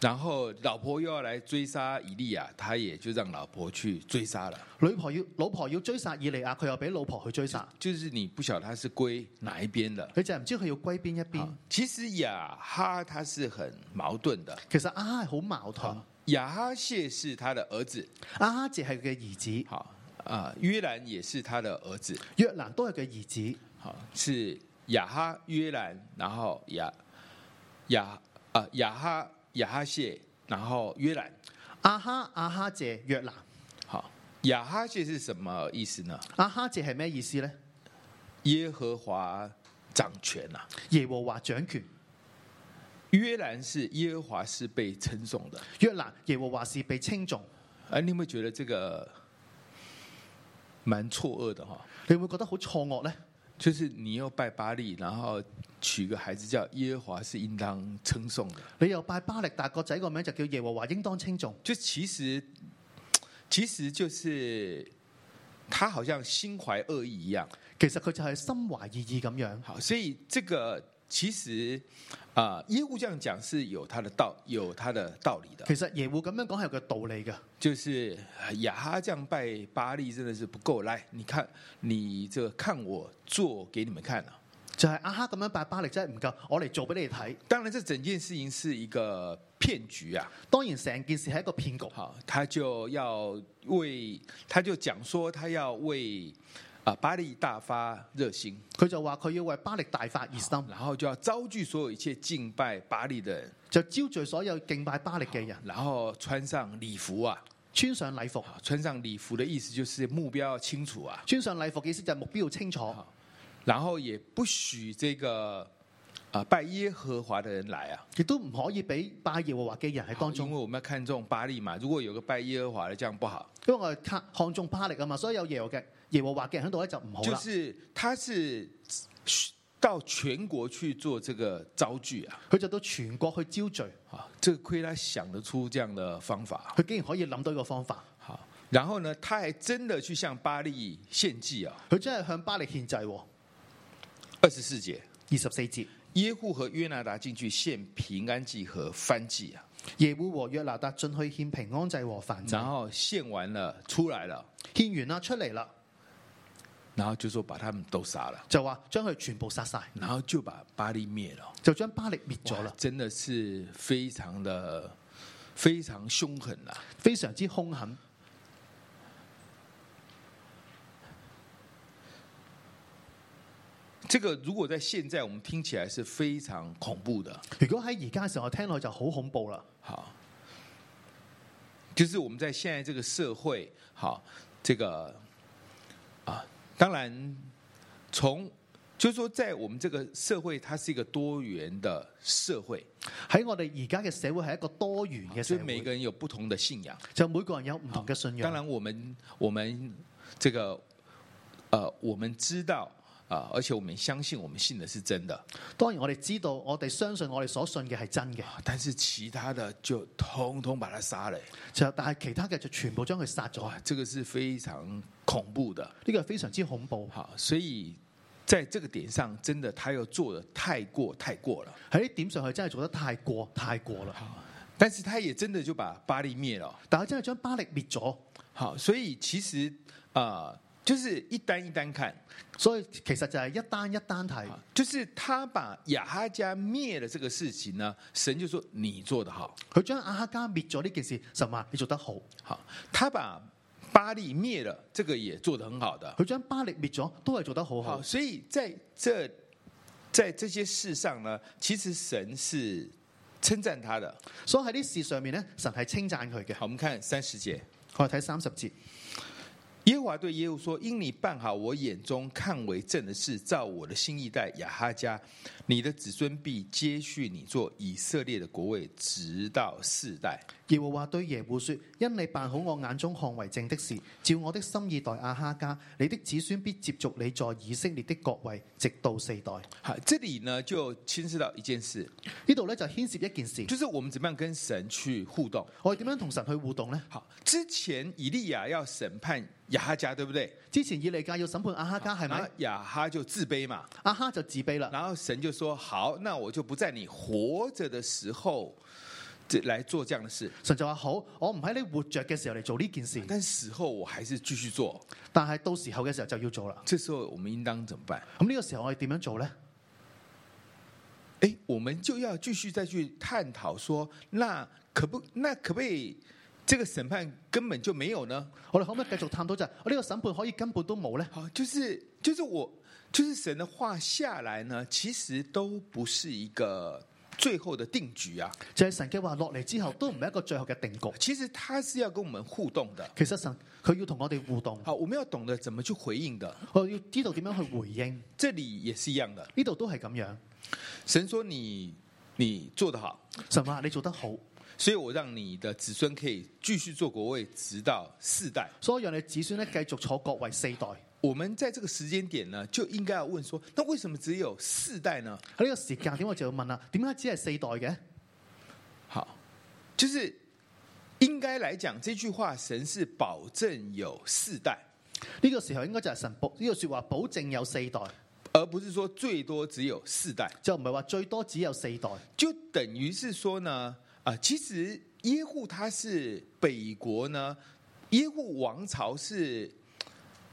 Speaker 2: 然后老婆又要来追杀以利亚，他也就让老婆去追杀了。
Speaker 3: 女婆要老婆要追殺以利亞，佢又俾老婆去追殺。
Speaker 2: 就是你不晓得他是归哪一边的。
Speaker 3: 佢就係唔知佢要歸邊一邊
Speaker 2: 啊。其实雅哈他是很矛盾的，
Speaker 3: 其實阿哈係好矛盾，
Speaker 2: 雅哈谢是他的儿子，
Speaker 3: 阿哈謝係佢嘅兒子，
Speaker 2: 好啊，约兰也是他的儿子，
Speaker 3: 約蘭都係佢嘅兒子，
Speaker 2: 好是雅哈约兰，然后雅雅啊雅哈雅哈谢，然后约兰，
Speaker 3: 阿哈阿哈謝約蘭。
Speaker 2: 好雅哈谢是什么意思呢？
Speaker 3: 阿哈謝係咩意思呢？
Speaker 2: 耶和华掌权啊呐、
Speaker 3: 耶和華掌權，
Speaker 2: 约兰是耶和华是被称颂的，
Speaker 3: 約蘭耶和華是被稱重。
Speaker 2: 啊，你有没有觉得这个蛮错愕的哈？
Speaker 3: 你會覺得好錯愕呢？
Speaker 2: 就是你又拜巴利，然后娶个孩子叫耶和华是应当称颂的，
Speaker 3: 你又拜巴力，但個仔個名就叫耶和華，應當稱重。
Speaker 2: 就其实其实就是他好像心怀恶意一样。
Speaker 3: 其實佢就係心懷二意咁樣。
Speaker 2: 好，所以这个其实啊、耶户这样讲是有他的道有他的道理的，
Speaker 3: 其實耶户咁樣講係有個道理嘅。
Speaker 2: 就是哎呀哈这样拜巴利真的是不够。来，你看你这个看我做给你们看啊。
Speaker 3: 就係阿哈咁樣拜巴力真係唔夠，我嚟做俾你睇。
Speaker 2: 当然，这整件事情是一个骗局啊。
Speaker 3: 當然成件事係一個騙局，
Speaker 2: 好，他就要为，他就讲说他要为啊、啊，巴利大发热心，
Speaker 3: 佢就話佢要為巴力大發熱心，
Speaker 2: 然后就要招聚所有一切敬拜巴利的人，
Speaker 3: 就招聚所有敬拜巴力嘅人，
Speaker 2: 然后穿上礼服啊，
Speaker 3: 穿上禮服。
Speaker 2: 啊穿上礼服的意思就是目标要清楚啊，
Speaker 3: 穿上禮服嘅意思就係目標要清楚，
Speaker 2: 然后也不许这个啊拜耶和华的人来啊，
Speaker 3: 亦都唔可以俾巴耶和華嘅人喺當
Speaker 2: 因
Speaker 3: 中，
Speaker 2: 为我们要看重巴利嘛，如果有个拜耶和华的，这样不好。
Speaker 3: 因為我哋看看重巴力啊嘛，所以有耶和嘅耶和華嘅人喺度咧就唔好
Speaker 2: 就
Speaker 3: 啦。
Speaker 2: 是他是到全国去做这个招聚啊，
Speaker 3: 佢就到全國去招聚，
Speaker 2: 啊，这个亏他想得出这样的方法。
Speaker 3: 佢竟然可以諗到一個方法，
Speaker 2: 好，然后呢，他还真的去向巴利献祭啊。
Speaker 3: 佢真係向巴力獻祭喎。
Speaker 2: 二十四节，
Speaker 3: 二十四節，
Speaker 2: 耶户和约拿达进去献平安祭和燔祭啊，
Speaker 3: 耶户和約拿達進去獻平安祭和燔祭，
Speaker 2: 然后献完了出来了，
Speaker 3: 獻完啦出嚟啦，
Speaker 2: 然后就说把他们都杀了，
Speaker 3: 就話將佢全部殺晒，
Speaker 2: 然后就把巴利灭了。
Speaker 3: 就將巴力滅咗
Speaker 2: 哇
Speaker 3: 啦，，
Speaker 2: 真的是非常的非常凶狠啊！
Speaker 3: 非常之兇狠。
Speaker 2: 这个如果在现在我们听起来是非常恐怖的，
Speaker 3: 如果喺而家嘅時候，我聽落就好恐怖啦。
Speaker 2: 好，就是我们在现在这个社会，好，这个啊，当然从就是说，在我们这个社会，它是一个多元的社会，
Speaker 3: 喺我哋而家嘅社會係一個多元嘅
Speaker 2: 所
Speaker 3: 社
Speaker 2: 以每
Speaker 3: 會，
Speaker 2: 个人有不同的信仰。
Speaker 3: 就每個人有唔同嘅信
Speaker 2: 当
Speaker 3: 仰。
Speaker 2: 然，我们我们这个呃，我们知道啊、而且我们相信我们信的是真的，
Speaker 3: 當然我哋知道，我哋相信我哋所信嘅係真嘅，
Speaker 2: 但是其他的就通通把它杀了。
Speaker 3: 就但係其他嘅就全部將佢殺咗。
Speaker 2: 哇，这个是非常恐怖的。
Speaker 3: 呢個係非常之恐怖。
Speaker 2: 好，所以在这个点上，真的他又做的太过太过了。
Speaker 3: 喺呢點上，佢真係做得太過太過啦。
Speaker 2: 但是他也真的就把巴利灭了。
Speaker 3: 但係真係將巴力滅咗，
Speaker 2: 好，所以其实啊、呃就是一单一单看，
Speaker 3: 所以其實就係一單一單睇。
Speaker 2: 啊就是他把雅哈家灭了这个事情呢，神就说你做的好。
Speaker 3: 佢將阿哈加滅咗呢件事，神話你做得好；
Speaker 2: 好，他把巴利灭了，这个也做得很好的。
Speaker 3: 佢將巴力滅咗，都係做得好好
Speaker 2: 好，。所以在这在这些事上呢，其实神是称赞他的。
Speaker 3: 所以喺呢事上面咧，神係稱讚佢嘅。
Speaker 2: 好，我们看三十节。
Speaker 3: 我哋睇三十節，
Speaker 2: 耶和华对耶户说：“因你办好我眼中看为正的事，照我的心意待亚哈家，你的子孙必接续你做以色列的国位，直到世代。
Speaker 3: 耶和華對耶户說：因你辦好我眼中看為正的事，照我的心意待阿哈加，你的子孫必接續你在以色列的國位，直到四代。”
Speaker 2: 好，这里呢就牵涉到一件事，
Speaker 3: 呢度咧就牽涉一件事，
Speaker 2: 就是我们怎么样跟神去互动。
Speaker 3: 我哋點樣同神去互動呢？
Speaker 2: 好，之前以利亚要审判亚哈家，对不对？
Speaker 3: 之前以利亞要審判阿哈加係
Speaker 2: 然后
Speaker 3: 咪？
Speaker 2: 亚哈就自卑嘛，
Speaker 3: 阿哈就自卑啦。
Speaker 2: 然后神就说：“好，那我就不在你活着的时候，这来做这样的事，
Speaker 3: 神就話好，我唔喺你活着嘅時候嚟做呢件事，
Speaker 2: 但死后我还是继续做。”
Speaker 3: 但係到時候嘅時候就要做啦。
Speaker 2: 这时候我们应当怎么办？
Speaker 3: 咁呢個時候我哋點樣做呢？
Speaker 2: 哎，我们就要继续再去探讨说，那可不那可不可以这个审判根本就没有呢？
Speaker 3: 我哋可唔可以繼續探討就係我呢個審判可以根本都冇呢？
Speaker 2: 好，就是就是我就是神的话下来呢，其实都不是一个最后的定局啊。
Speaker 3: 就係神嘅話落嚟之後都唔係一個最後嘅定局。
Speaker 2: 其实他是要跟我们互动的。
Speaker 3: 其實神佢要同我哋互動，
Speaker 2: 好，我们要懂得怎么去回应的。
Speaker 3: 我要知道點樣去回應。
Speaker 2: 这里也是一样的，
Speaker 3: 呢度都係咁樣。
Speaker 2: 神说你你做得好，
Speaker 3: 神話你做得好，
Speaker 2: 所以我让你的子孙可以继续做国位，直到世代。
Speaker 3: 所以讓你子孫咧繼續坐國位四代。喺
Speaker 2: 我们在这个时间点呢，就应该要问说，那为什么只有四代呢？
Speaker 3: 呢個時間點我就要問啦，點解只係四代嘅？
Speaker 2: 好，就是应该来讲这句话，神是保证有四代，
Speaker 3: 呢、個時候應該就係神保呢、個个说話保證有四代，
Speaker 2: 而不是说最多只有四代，
Speaker 3: 就唔係話最多只有四代。
Speaker 2: 就等于是说呢，啊、其实耶户他是北国呢，耶户王朝是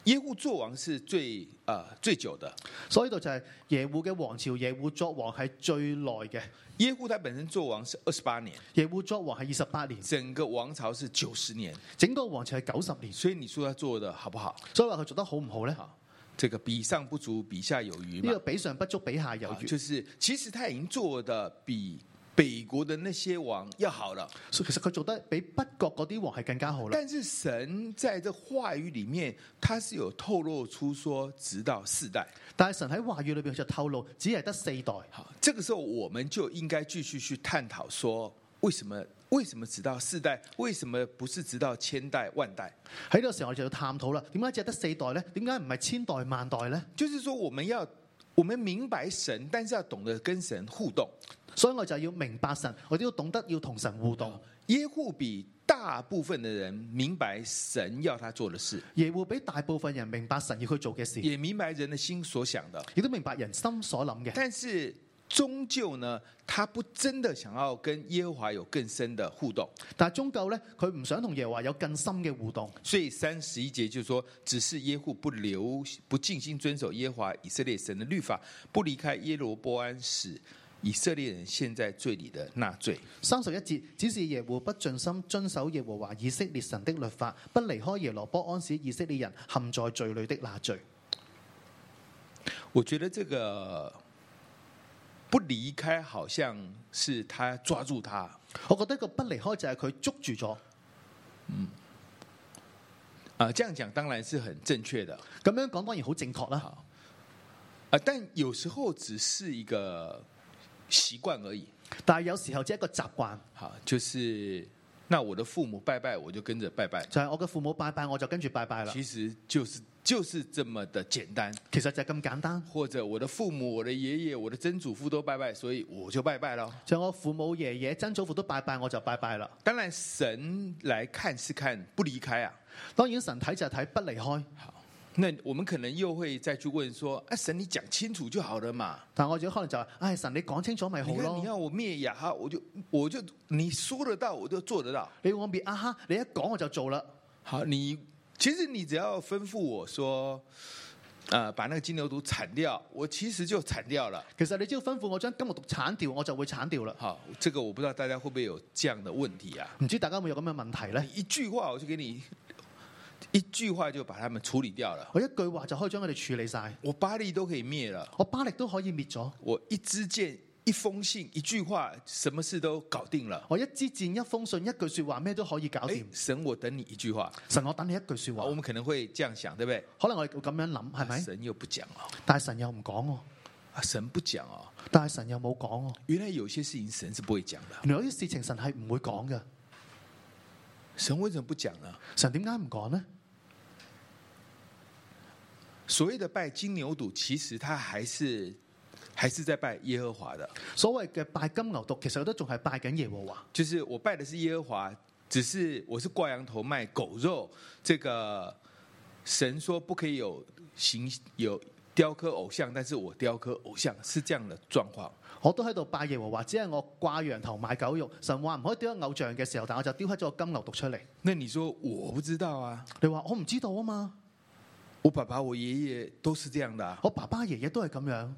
Speaker 2: 耶户做王是最呃最久的，
Speaker 3: 所以呢度就係耶户嘅王朝，耶户作王係最耐嘅，
Speaker 2: 耶户他本身做王是二十八年，
Speaker 3: 耶户作王係二十八年，
Speaker 2: 整个王朝是九十年，
Speaker 3: 整個王朝係九十年，
Speaker 2: 所以你说他做的好不好？
Speaker 3: 所以話佢做得好唔好呢？
Speaker 2: 好，这个比上不足，比下有余
Speaker 3: 呢、
Speaker 2: 嘛
Speaker 3: 個。比上不足，比下有
Speaker 2: 啊
Speaker 3: 餘。
Speaker 2: 就是其实他已经做的比北国的那些王要好了，
Speaker 3: 所以其實佢做得比北國嗰啲王係更加好啦。
Speaker 2: 但是神在这话语里面，他是有透露出说，直到四代。
Speaker 3: 但係神喺話語裏邊就透露，只係得四代。
Speaker 2: 好，这个时候我们就应该继续去探讨说，为什么为什么直到四代，为什么不是直到千代万代？
Speaker 3: 喺呢個時候我哋就要探討啦，點解只係得四代呢？點解唔係千代萬代呢？
Speaker 2: 就是说，我们要我们明白神，但是要懂得跟神互动。
Speaker 3: 所以我就要明白神，我都要懂得要同神互
Speaker 2: 啊
Speaker 3: 動。
Speaker 2: 耶户比大部分的人明白神要他做的事，
Speaker 3: 耶户俾大部分人明白神要佢做嘅事，
Speaker 2: 也明白人的心所想的，
Speaker 3: 亦都明白人心所諗嘅。
Speaker 2: 但是终究呢，他不真的想要跟耶和华有更深的互动。
Speaker 3: 但係終究呢，佢唔想同耶和華有更深嘅互動。
Speaker 2: 所以三十一节就说，只是耶户不留不尽心遵守耶和华以色列神的律法，不离开耶罗波安，使以色列人陷在罪里的那罪。
Speaker 3: 三十一節，只是耶和不盡心遵守耶和華以色列神的律法，不離開耶羅波安使以色列人陷在罪裏的那罪。
Speaker 2: 我觉得这个不离开好像是他抓住他，
Speaker 3: 我覺得個不離開就係佢捉住咗，
Speaker 2: 啊，这样讲当然是很正确的
Speaker 3: 咁樣講當然好正確啦。
Speaker 2: 好啊，但有时候只是一个习惯而已。
Speaker 3: 但係有時候只係一個習慣，
Speaker 2: 好，就是那我的父母拜拜，我就跟着拜拜，
Speaker 3: 就係、我嘅父母拜拜，我就跟住拜拜啦。
Speaker 2: 其实就是就是这么的简单。
Speaker 3: 其實就係咁簡單，
Speaker 2: 或者我的父母、我的爷爷、我的曾祖父都拜拜，所以我就拜拜了。
Speaker 3: 就我父母、爺爺、曾祖父都拜拜，我就拜拜啦。
Speaker 2: 当然，神来看是看不离开啊。
Speaker 3: 當然神睇就係睇不離開，
Speaker 2: 那我们可能又会再去问说：啊，神，你讲清楚就好了嘛。
Speaker 3: 但我自己可能就係、唉、神你講清楚哎咪好
Speaker 2: 你看，你
Speaker 3: 咯。
Speaker 2: 要我灭亚哈，我就我就你说得到，我就做得到。
Speaker 3: 你要我滅啊哈，你一講我就做啦。
Speaker 2: 好，你其实你只要吩咐我说，呃，把那个金牛犊铲掉，我其实就铲掉了。
Speaker 3: 其實你只要吩咐我將金木毒剷掉，我就會剷掉啦。
Speaker 2: 好，这个我不知道大家会不会有这样的问题啊？
Speaker 3: 唔知大家有冇有咁嘅問題呢
Speaker 2: 你？一句话我就给你一句话就把他们处理掉了，
Speaker 3: 我一句話就可以將佢哋處理晒，
Speaker 2: 我巴力都可以灭了，
Speaker 3: 我巴力都可以滅咗，
Speaker 2: 我一支箭、一封信、一句话，什么事都搞定了。
Speaker 3: 我一支箭、一封信、一句説話，咩都可以搞
Speaker 2: 哎
Speaker 3: 掂，。
Speaker 2: 神，我等你一句话。
Speaker 3: 神，我等你一句説
Speaker 2: 好我
Speaker 3: 話。
Speaker 2: 们可能会这样想，对不对？
Speaker 3: 可能我哋會咁樣諗係咪？
Speaker 2: 神又不讲哦，
Speaker 3: 但係神又唔講喎，
Speaker 2: 啊，神不讲哦。
Speaker 3: 但係神又冇講喎。
Speaker 2: 原来有些事情神是不会讲的，
Speaker 3: 原來有啲事情神係唔會講嘅，
Speaker 2: 神为什么不讲呢？
Speaker 3: 神點解唔講呢？
Speaker 2: 所谓的拜金牛犊，其实他还是还是在拜耶和华的，
Speaker 3: 所謂嘅拜金牛犢，其實都仲係拜緊耶和華。
Speaker 2: 就是我拜的是耶和华，只是我是挂羊头卖狗肉。这个神说不可以有形有雕刻偶像，但是我雕刻偶像是这样的状况。
Speaker 3: 我都喺度拜耶和華，只係我掛羊頭賣狗肉。神話唔可以雕刻偶像嘅時候，但我就雕刻咗個金牛犢出嚟。
Speaker 2: 那你说我不知道啊？
Speaker 3: 你話我唔知道啊嘛，
Speaker 2: 我爸爸、我爷爷都是这样的、啊。
Speaker 3: 我爸爸爺爺都係咁樣。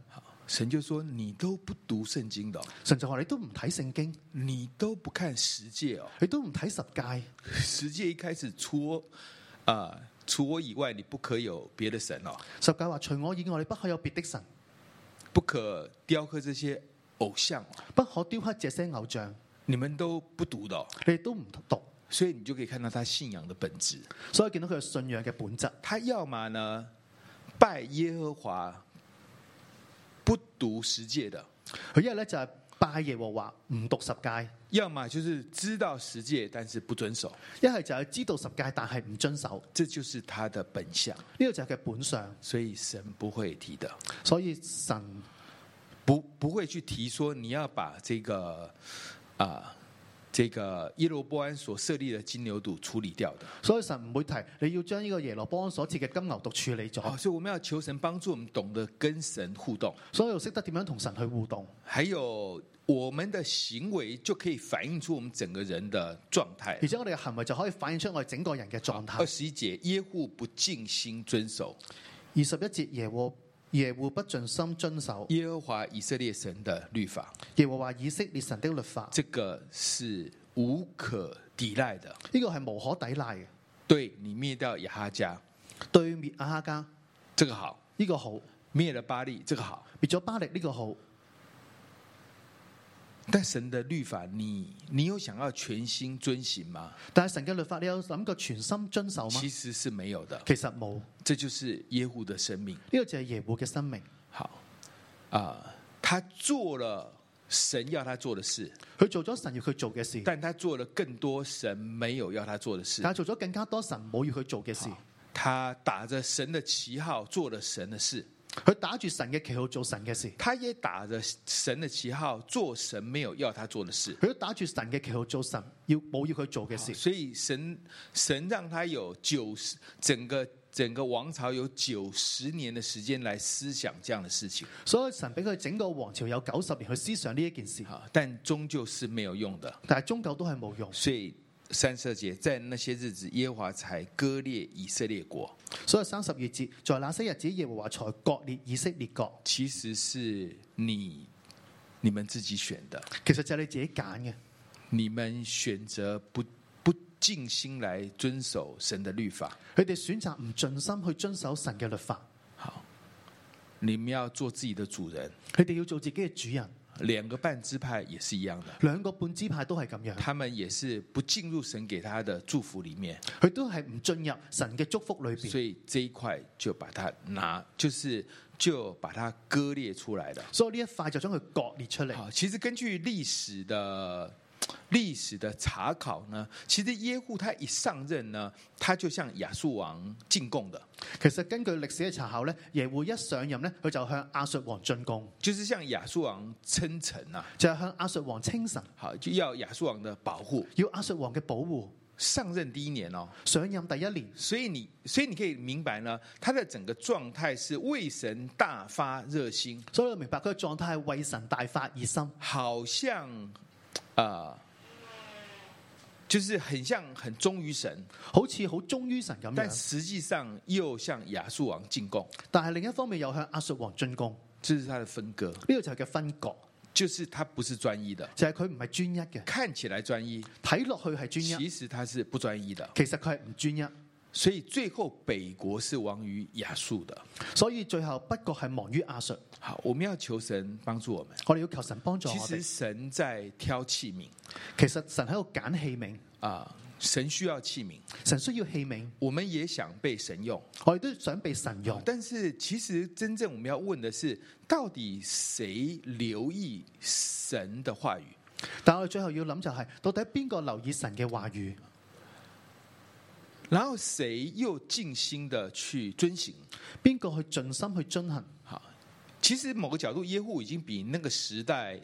Speaker 2: 神就说你都不读圣经的哦、
Speaker 3: 神就話你都唔睇聖經，
Speaker 2: 你都不看十诫哦。
Speaker 3: 你都唔睇十戒。
Speaker 2: 十诫一开始，除我啊、除我以外，你不可有别的神哦，
Speaker 3: 十戒話除我以外，你不可有別的神，
Speaker 2: 不可雕刻这些偶像哦，
Speaker 3: 不可雕刻這些偶像。
Speaker 2: 你們都不读的哦、
Speaker 3: 你哋都唔讀，
Speaker 2: 所以你就可以看到他信仰的本质。
Speaker 3: 所以見到佢嘅信仰嘅本質。
Speaker 2: 他要么呢拜耶和华，不读十诫的；
Speaker 3: 佢一係咧就係拜耶和華，唔讀十戒；
Speaker 2: 要么就是知道十诫，但是不遵守。
Speaker 3: 一係就係知道十戒，但係唔遵守。
Speaker 2: 这就是他的本相，
Speaker 3: 呢個就係佢本相，
Speaker 2: 所以神不会提的。
Speaker 3: 所以神
Speaker 2: 不不会去提说你要把这个啊、这个耶罗波安所设立的金牛犊处理掉的。
Speaker 3: 所以神唔會提你要將呢個耶羅波安所設嘅金牛犢處理
Speaker 2: 好，
Speaker 3: 咗，
Speaker 2: 哦所以我们要求神幫助我们懂得跟神互動，
Speaker 3: 所以要識得點樣同神去互動。
Speaker 2: 還有我們的行為就可以反映出我們整個人的狀態
Speaker 3: 而。且我哋嘅行為就可以反映出我哋整個人嘅狀態
Speaker 2: 二。十一節，耶户不尽心遵守
Speaker 3: 二十一節耶和耶和不盡心遵守
Speaker 2: 耶和華以色列神的律法，
Speaker 3: 耶和華以色列神的律法，
Speaker 2: 这个是无可抵賴的。
Speaker 3: 呢個係無可抵賴嘅。
Speaker 2: 对你滅掉亞哈家，
Speaker 3: 對滅阿哈家
Speaker 2: 这个好，
Speaker 3: 呢個好，滅
Speaker 2: 灭了巴利，这个好。
Speaker 3: 咗巴力呢個好。
Speaker 2: 但神的律法你，你有想要全心遵行吗？
Speaker 3: 但係神嘅律法，你有諗過全心遵守嗎？
Speaker 2: 其实是没有的，
Speaker 3: 其實冇，呢、
Speaker 2: 这就是耶户的生命。
Speaker 3: 個就係耶户嘅生命。
Speaker 2: 好啊、他做了神要他做的事，
Speaker 3: 佢做咗神要佢做嘅事，
Speaker 2: 但他做了更多神没有要他做的事。
Speaker 3: 但係做咗更加多神冇要佢做嘅
Speaker 2: 啊
Speaker 3: 事。
Speaker 2: 他打着神的旗号做了神的事，
Speaker 3: 佢打住神嘅旗號做神嘅事，
Speaker 2: 他也打着神的旗号做神没有要他做的事。
Speaker 3: 佢都打住神嘅旗號做神要冇要佢做嘅事。
Speaker 2: 所以神神让他有九十整个整个王朝有九十年的时间来思想这样的事情，
Speaker 3: 所以神俾佢整個王朝有九十年去思想呢一件事，
Speaker 2: 好，啊但终究是没有用的。
Speaker 3: 但係終究都係冇用。
Speaker 2: 所以三十二节，在那些日子，耶和华才割裂以色列国，
Speaker 3: 所以三十二節，在那些日子，耶和華才割裂以色列國，
Speaker 2: 其实是你你们自己选的，
Speaker 3: 其實就係你自己揀嘅。
Speaker 2: 你们选择不不尽心来遵守神的律法，
Speaker 3: 佢哋選擇唔盡心去遵守神嘅律法，
Speaker 2: 好，你们要做自己的主人。
Speaker 3: 佢哋要做自己嘅主人。
Speaker 2: 两个半支派也是一样的。
Speaker 3: 兩個半支派都係咁樣，
Speaker 2: 他们也是不进入神给他的祝福里面，
Speaker 3: 佢都係唔進入神嘅祝福裏邊，
Speaker 2: 所以这一块就把它拿，就是就把它割裂出来的。
Speaker 3: 所以呢一塊就將佢割裂出嚟。
Speaker 2: 好，其实根据历史的历史的查考呢，其实耶户他一上任呢，他就向亚述王进贡的，
Speaker 3: 其實根據歷史嘅查考咧，耶戶一上任咧，佢就向亞述王進攻，
Speaker 2: 就是向亞述王称臣啊，
Speaker 3: 就係、向亞述王稱臣，
Speaker 2: 好就要亞述王的保护。
Speaker 3: 要亞述王嘅保護。
Speaker 2: 上任第一年哦，
Speaker 3: 上任第一年，
Speaker 2: 所以你所以你可以明白呢，他的整个状态是为神大发热心。
Speaker 3: 所以我明白佢嘅狀態係為神大發熱心，
Speaker 2: 好像啊、呃就是很像很忠于神，
Speaker 3: 好似好忠於神咁
Speaker 2: 但
Speaker 3: 樣。
Speaker 2: 实际上又向亚述王进贡，
Speaker 3: 但係另一方面又向亞述王進攻，呢、
Speaker 2: 这是他的分割，
Speaker 3: 個就係佢嘅分割，
Speaker 2: 就是他不是专一的，
Speaker 3: 就係佢唔係專一嘅，
Speaker 2: 看起来专一，
Speaker 3: 睇落去係專
Speaker 2: 其
Speaker 3: 一，
Speaker 2: 实他是不专一的，
Speaker 3: 其實佢係唔專一，
Speaker 2: 所以最后北国是亡于亚述的。
Speaker 3: 所以最後不過係忙於亞述。
Speaker 2: 好，我们要求神帮助我们。
Speaker 3: 我哋要求神幫助我
Speaker 2: 其实
Speaker 3: 哋。
Speaker 2: 神在挑器皿
Speaker 3: 其實神喺度揀器皿，
Speaker 2: 啊、神需要器皿，
Speaker 3: 神需要器皿，
Speaker 2: 我们也想被神用。
Speaker 3: 我哋都想被神用。
Speaker 2: 但是其实真正我们要问的是，到底谁留意神的话语？
Speaker 3: 但我哋最後要諗就係、到底邊個留意神嘅話語，
Speaker 2: 然后谁又尽心的去遵行？
Speaker 3: 邊個去盡心去遵行？
Speaker 2: 好，其实某个角度，耶户已经比那个时代，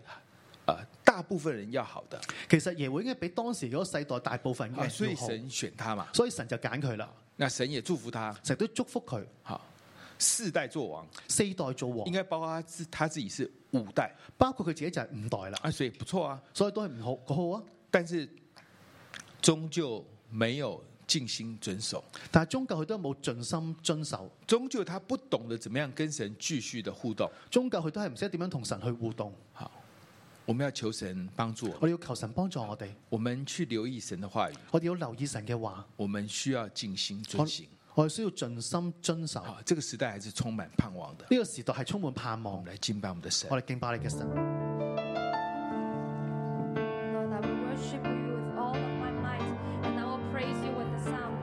Speaker 2: 呃，大部分人要好的，
Speaker 3: 其實耶和應該比當時嗰個世代大部分
Speaker 2: 啊
Speaker 3: 嘅
Speaker 2: 所以
Speaker 3: 人要好，
Speaker 2: 神选他嘛，
Speaker 3: 所以神就揀佢啦，
Speaker 2: 那神也祝福他，
Speaker 3: 神都祝福佢
Speaker 2: 好，四代做王，
Speaker 3: 四代做王
Speaker 2: 应，该包括他自他自己是五代
Speaker 3: 包括佢自己就係五代啦，
Speaker 2: 啊，所以不错啊，
Speaker 3: 所以都係唔好好啊。
Speaker 2: 但是终究没有尽心遵守。
Speaker 3: 但係終究佢都冇盡心遵守，
Speaker 2: 终究他不懂得怎么样跟神继续的互动。
Speaker 3: 終究佢都係唔識得點樣同神去互動。
Speaker 2: 好，我们要求神帮助我们，
Speaker 3: 我哋要求神幫助我哋，
Speaker 2: 我们去留意神的话语，
Speaker 3: 我哋要留意神嘅話，
Speaker 2: 我们需要尽心遵
Speaker 3: 我
Speaker 2: 行。
Speaker 3: 我哋需要盡心遵守。
Speaker 2: 好，这个时代还是充满盼望的。
Speaker 3: 呢個時代係充滿盼
Speaker 2: 我
Speaker 3: 望
Speaker 2: 们，来敬拜我们的神。
Speaker 3: 我哋敬拜你嘅神。
Speaker 4: Lord, I will worship you with all of my might, and I will praise you with a sound.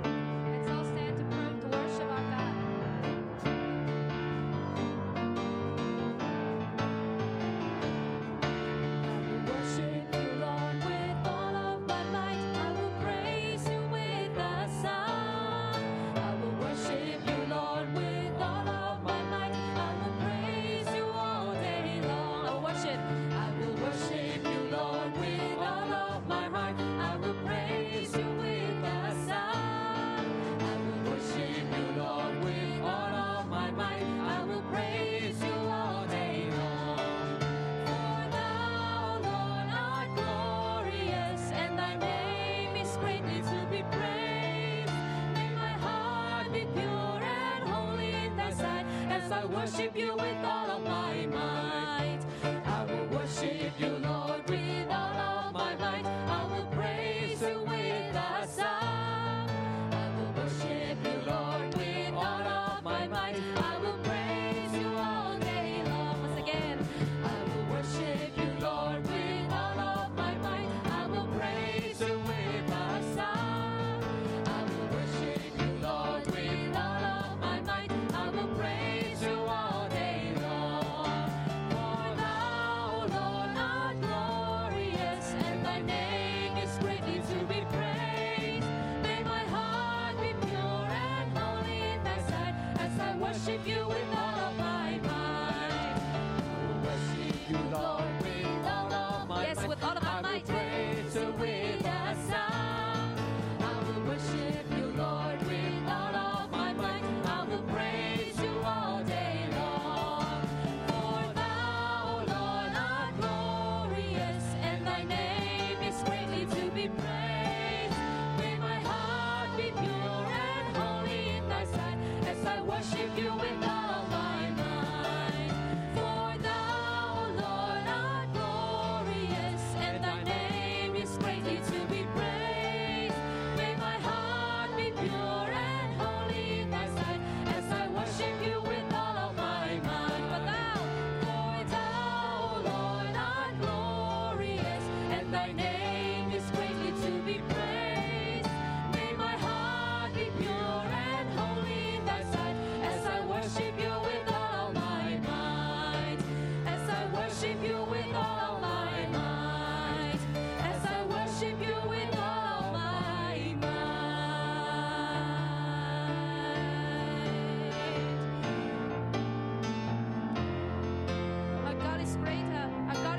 Speaker 4: Let's all stand to prove to worship our God. I will worship you, Lord, with all of my might. I will praise you with a song. I will worship you, Lord, with all of my might. I will praise you all day long. I worship.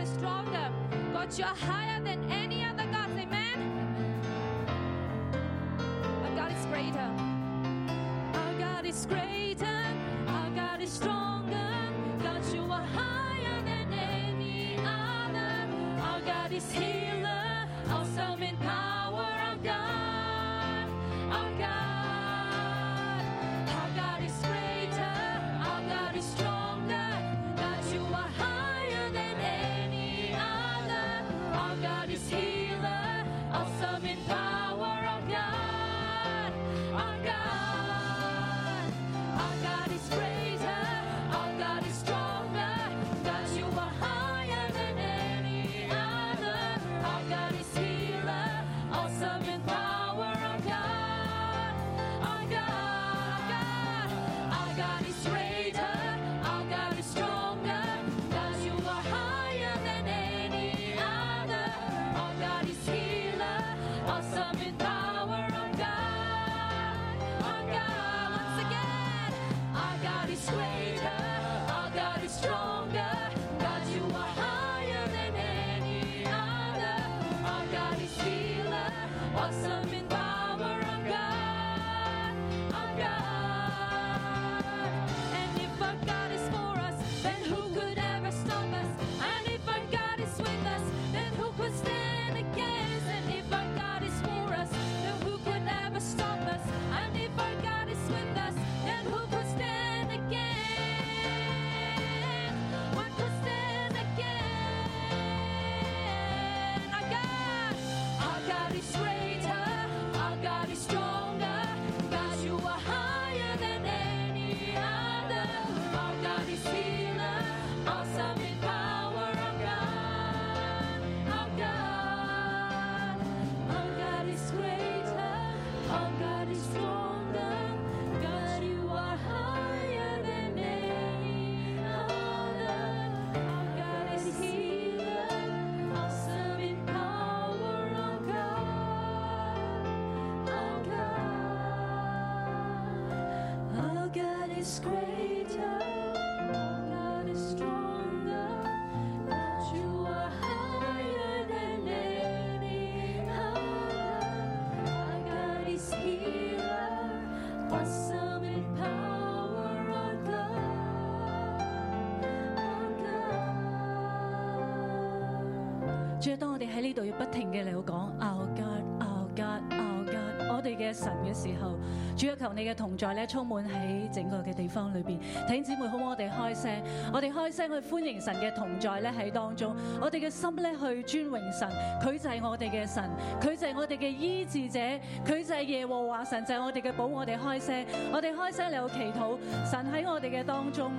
Speaker 5: that you are higher than any other gods. Amen. Our God is greater. Our God is greater. Our God is stronger. God, you are higher than any other. Our God is healer. Awesome in power. Our God. Our God. Our God is greater. Our God is stronger. God, you are higher than any other. Our God is healer. Awesome in power. Our God. Our God. Our God is greater. Our God is stronger. God, you are higher than any other. Our God is healer. Awesome in power. Our God. Our God. Our God is greater. Our God is stronger. God, you are higher than any other. Our God is healer. Awesome in power. Our God. Our God. Once again. Our God is greater. Our God is stronger. God, you are higher than any other. Our God is healer. Awesome in power. Our God. Our God. And if our God is for us, then who could ever stop us? And if our God is with us, then who could stand against? And if our God is for us, then who could ever stop us? And if our God is with us, then who could stand again? What could stand again? Our God, our God is greater, our God is stronger. God, you are higher than any other. Our God is healer, awesome in power. Our God, our God, our God is greater, our God is stronger. God, you are higher than any other. Our God is healer, awesome in power. Our God, our God, our God is greater. Our God is stronger. God, you are higher than any other. Our God is healer, awesome in power. Our God, our God.
Speaker 6: 主啊，當我哋喺呢度要不停嘅嚟到講 Our God、Our God、Our God，我哋嘅神嘅時候，主啊，求你嘅同在咧充滿喺整個嘅地方裏邊。弟兄姊妹，好唔好？我哋開聲，我哋開聲去歡迎神嘅同在咧喺當中，我哋嘅心咧去尊榮神，佢就係我哋嘅神，佢就係我哋嘅醫治者，佢就係耶和華神，就係、我哋嘅寶。我哋開聲，我哋開聲嚟到祈禱，神喺我哋嘅當中。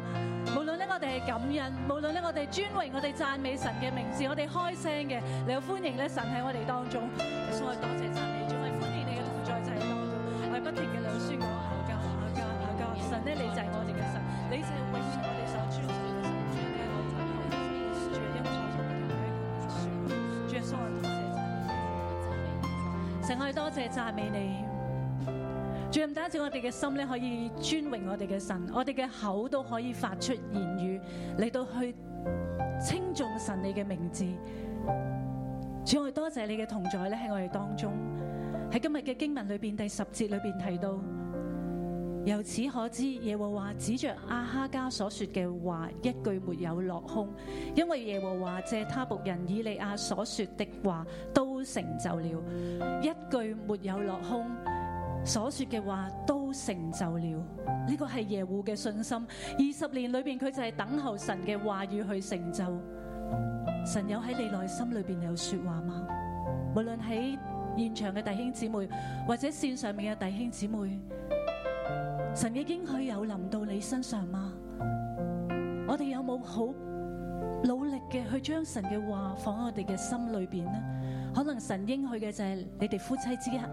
Speaker 6: 無論咧我哋係感恩，無論咧我哋尊榮，我哋讚美神嘅名字，我哋開聲嘅，你好歡迎咧神喺我哋當中。耶穌，我哋多謝讚美主，我哋歡迎你嘅同在就喺當中，我哋不停嘅兩宣講下教下教下教，神咧你就係我哋嘅神，你就係永遠我哋所尊崇嘅神，主啊，你係我哋嘅神，主啊，因為我哋嘅主耶穌，我哋多謝讚美你神，我哋多謝讚美你。最唔單止我哋嘅心咧可以尊榮我哋嘅神，我哋嘅口都可以發出言語嚟到去稱頌神你嘅名字。主，我哋多謝你嘅同在咧喺我哋當中。喺今日嘅經文裏邊第十節裏邊提到，由此可知耶和華指着阿哈家所說嘅話一句沒有落空，因為耶和華借他僕人以利亞所說的話都成就了，一句沒有落空。所說嘅話都成就了，呢個係耶戶嘅信心。二十年裏邊，佢就係等候神嘅話語去成就。神有喺你內心裏邊有說話嗎？無論喺現場嘅弟兄姊妹，或者線上面嘅弟兄姊妹，神嘅應許有臨到你身上嗎？我哋有冇好努力嘅去將神嘅話放喺我哋嘅心裏邊呢？可能神應許嘅就係你哋夫妻之間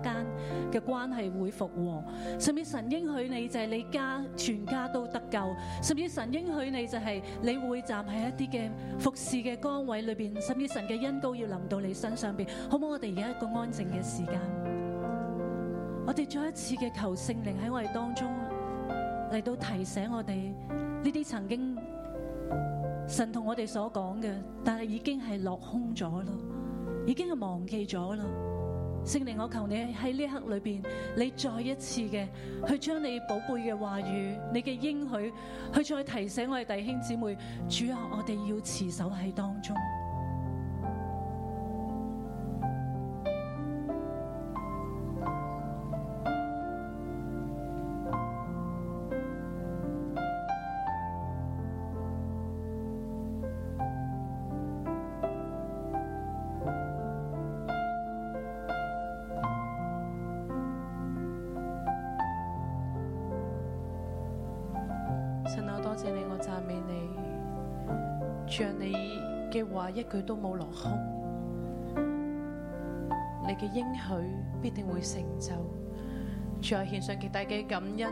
Speaker 6: 嘅關係會復和，甚至神應許你就係你家全家都得救，甚至神應許你就係你會站喺一啲嘅服侍嘅崗位裏邊，甚至神嘅恩膏要臨到你身上邊，好唔好？我哋而家一個安靜嘅時間，我哋再一次嘅求聖靈喺我哋當中嚟到提醒我哋呢啲曾經。失
Speaker 5: 神同我哋所講嘅，但係已經係落空咗啦，已經係忘記咗啦。聖靈，我求你喺呢一刻裏边，你再一次嘅去將你寶貝嘅話語、你嘅應許，去再提醒我哋弟兄姊妹，主啊，我哋要持守喺當中。
Speaker 7: 神啊，我多謝你，我讚美你，主啊，你嘅話一句都冇落空，你嘅應許必定會成就。主啊，獻上極大嘅感恩。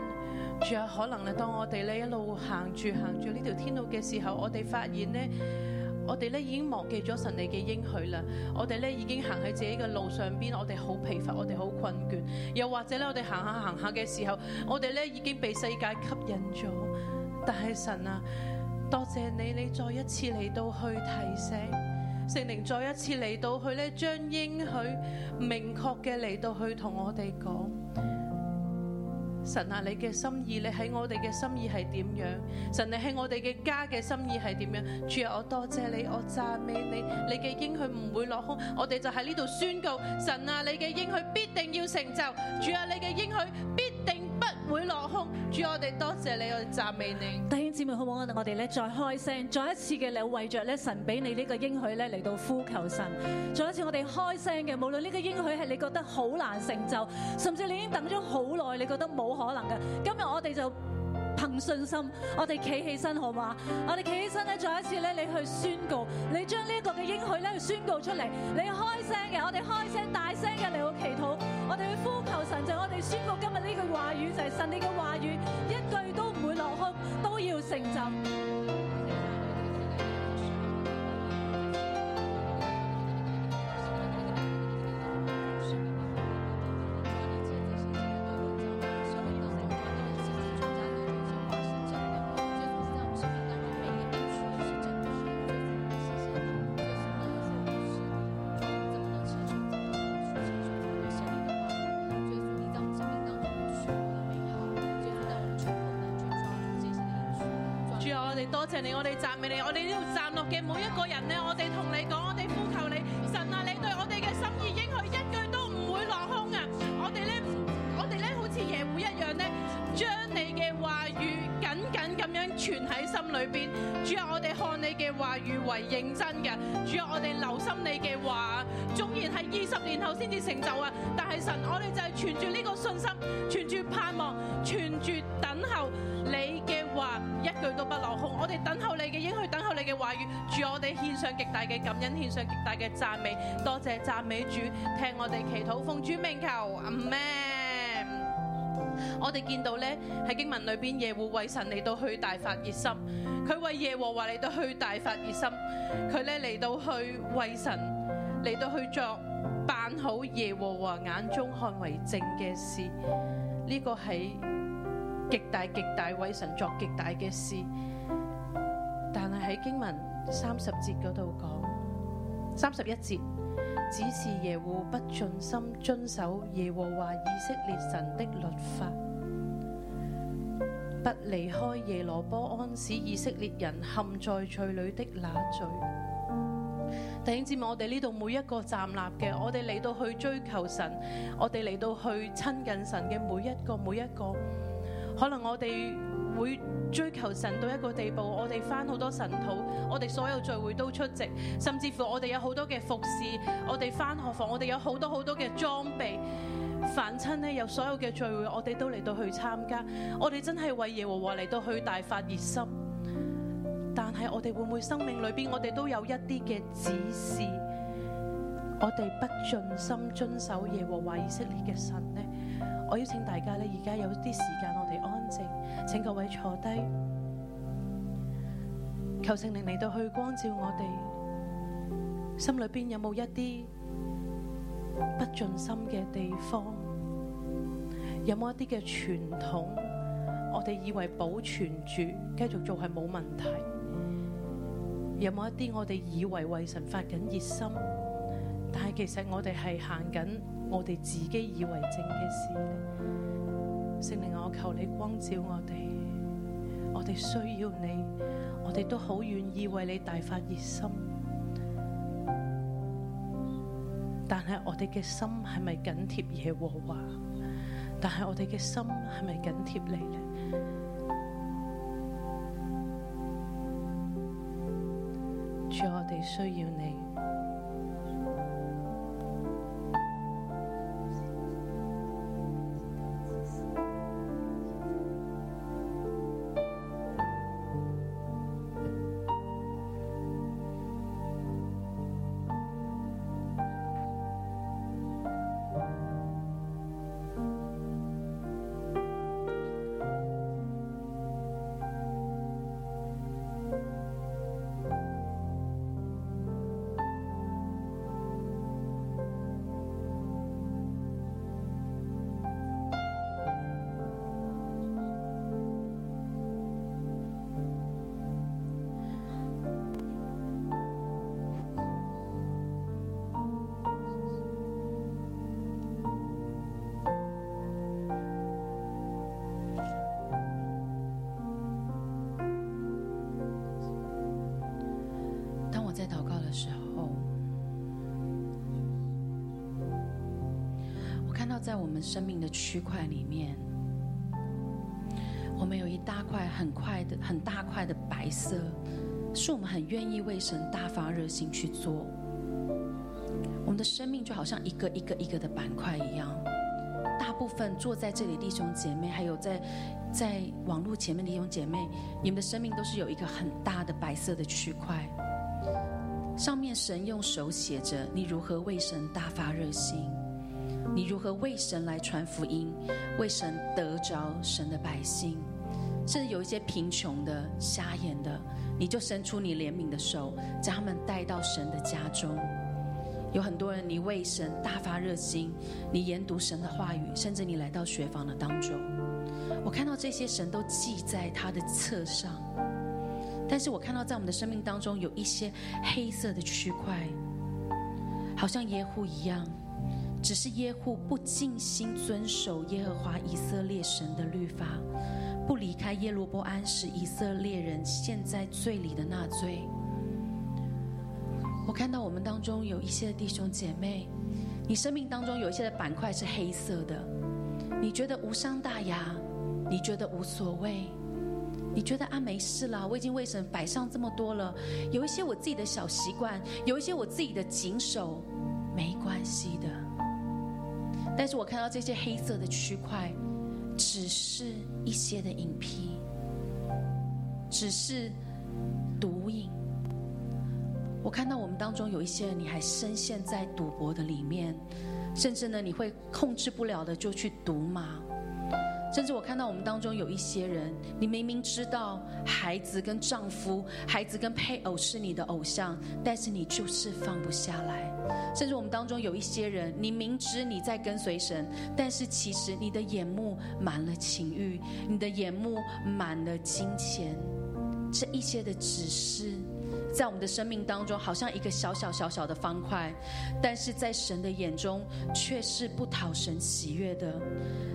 Speaker 7: 主啊，可能咧，當我哋咧一路行住行住呢條天路嘅時候，我哋發現呢，我哋咧已經忘記咗神你嘅應許啦。我哋咧已經行喺自己嘅路上邊，我哋好疲乏，我哋好困倦。又或者咧，我哋行下行下嘅時候，我哋咧已經被世界吸引咗。但係神啊，多謝你，你再一次嚟到去提醒聖靈，再一次嚟到去咧，將應許明確嘅嚟到去同我哋講。神啊，你嘅心意，你喺我哋嘅心意係點樣？神，你喺我哋嘅家嘅心意係點樣？主啊，我多謝你，我讚美你，你嘅應許唔會落空。我哋就喺呢度宣告，神啊，你嘅應許必定要成就。主啊，你嘅應許必定不會落空。主啊，我哋多謝你，我哋讚美你。
Speaker 5: 弟兄姊妹，好唔好？我哋咧再開聲，再一次嘅你為着咧神俾你呢個應許咧嚟到呼求神。再一次我哋開聲嘅，無論呢個應許係你覺得好難成就，甚至你已經等咗好耐，你覺得冇可能嘅，今日我哋就。憑信心，我哋企起身好啊嘛？我哋企起身咧，再一次咧，你去宣告，你將呢一個嘅應許咧去宣告出嚟。你開聲嘅，我哋開聲大聲嘅嚟到祈禱，我哋去呼求神就係我哋宣告今日呢句話語就係神你嘅話語，一句都唔會落空，都要成就。
Speaker 7: 主啊，我哋多謝你，我哋讚美你，我哋呢度站落嘅每一個人呢，我哋同你講，我哋呼求你，神啊，你對我哋嘅心意應許一句都唔會落空啊！我哋呢，我哋呢好似耶戶一樣呢，將你嘅話語緊緊咁樣存喺心裏邊。主啊，我哋看你嘅話語為認真嘅，主啊，我哋留心你嘅話，縱然係二十年後先至成就啊，但係神，我哋就係存住呢個信心，存住盼望，存住等候。你嘅話一句都不落空，我哋等候你嘅應許，等候你嘅話語。主，我哋獻上極大嘅感恩，獻上極大嘅讚美，多謝讚美主，聽我哋祈禱，奉主名求，阿門。我哋見到咧喺經文裏邊，耶和為神嚟到去大發熱心，佢為耶和華嚟到去大發熱心，佢咧嚟到去為神嚟到去作辦好耶和華眼中看為正嘅事，呢、個係極大極大為神作極大嘅事，但係喺經文三十節嗰度講，三十一節。只是耶戶不盡心遵守耶和華以色列神的律法，不離開耶羅波安使以色列人陷在罪裏的那罪。弟兄姊妹，我哋呢度每一個站立嘅，我哋嚟到去追求神，我哋嚟到去親近神嘅每一個每一個，可能我哋會追求神到一個地步，我哋翻好多神土，我哋所有聚會都出席，甚至乎我哋有好多嘅服侍，我哋翻學房，我哋有好多好多嘅裝備。凡親呢，有所有嘅聚會，我哋都嚟到去參加，我哋真係為耶和華嚟到去大發熱心。但係我哋會唔會生命裏邊，我哋都有一啲嘅指示，我哋不盡心遵守耶和華以色列嘅神呢？我邀請大家呢，而家有啲時間，我哋安靜。請各位坐低，求聖靈嚟到去光照我哋，心裏邊有冇一啲不盡心嘅地方？有冇一啲嘅傳統，我哋以為保存住，繼續做係冇問題？有冇一啲我哋以為為神發緊熱心，但係其實我哋係行緊我哋自己以為正嘅事呢？聖靈，我求你光照我哋，我哋需要你，我哋都好願意為你大發熱心，但係我哋嘅心係咪緊貼耶和華？但係我哋嘅心係咪緊貼你呢？主，我哋需要你。
Speaker 8: 当我在祷告的时候，我看到在我们生命的区块里面，我们有一大块很快的、很大块的白色，是我们很愿意为神大发热心去做。我们的生命就好像一个一个一个的板块一样，大部分坐在这里弟兄姐妹，还有在在网络前面的弟兄姐妹，你们的生命都是有一个很大的白色的区块。上面神用手写着你如何为神大发热心，你如何为神来传福音，为神得着神的百姓，甚至有一些贫穷的、瞎眼的，你就伸出你怜悯的手，将他们带到神的家中。有很多人，你为神大发热心，你研读神的话语，甚至你来到学房的当中，我看到这些神都记在他的册上。但是我看到在我们的生命当中有一些黑色的区块，好像耶户一样，只是耶户不尽心遵守耶和华以色列神的律法，不离开耶罗波安使以色列人陷在罪里的那罪。我看到我们当中有一些弟兄姐妹，你生命当中有一些的板块是黑色的，你觉得无伤大雅，你觉得无所谓。你觉得啊没事啦，我已经为神摆上这么多了，有一些我自己的小习惯，有一些我自己的谨守，没关系的。但是我看到这些黑色的区块，只是一些的影皮，只是毒瘾。我看到我们当中有一些人，你还深陷在赌博的里面，甚至呢，你会控制不了的就去赌马。甚至我看到我们当中有一些人，你明明知道孩子跟丈夫、孩子跟配偶是你的偶像，但是你就是放不下来。甚至我们当中有一些人，你明知你在跟随神，但是其实你的眼目满了情欲，你的眼目满了金钱，这一些的指示。在我们的生命当中，好像一个小小小小的方块，但是在神的眼中却是不讨神喜悦的。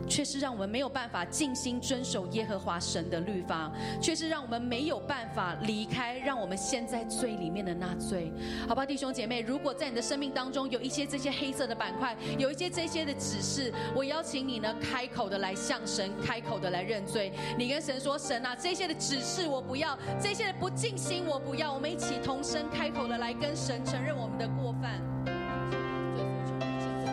Speaker 8: 却是让我们没有办法尽心遵守耶和华神的律法，却是让我们没有办法离开让我们陷在罪里面的那罪。好吧，弟兄姐妹，如果在你的生命当中有一些这些黑色的板块，有一些这些的指示，我邀请你呢，开口的来向神，开口的来认罪。你跟神说：“神啊，这些的指示我不要，这些的不尽心我不要。”我们一起同声开口的来跟神承认我们的过犯。主耶稣求你亲自来赦免，主要在我们生命当中有许多的隐蔽，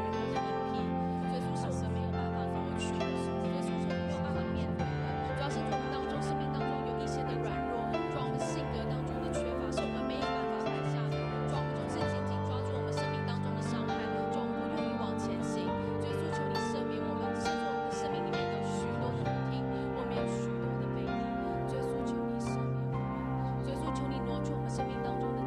Speaker 8: 主耶稣是我们没有办法过去的，主耶稣是我们没有办法面对的，主要是我们当中生命当中有一些的软弱，主要我们性格当中的缺乏是我们没有办法摆下的，主要我们总是紧紧抓住我们生命当中的伤害，主要我们不愿意往前行，主耶稣求你赦免我们，甚至我们的生命里面有许多的不听，我们有
Speaker 9: 啊
Speaker 8: 许多的背逆，主耶稣求你赦免我们。主耶稣，求你挪去我们生命当中
Speaker 9: 啊
Speaker 8: 的
Speaker 9: 啊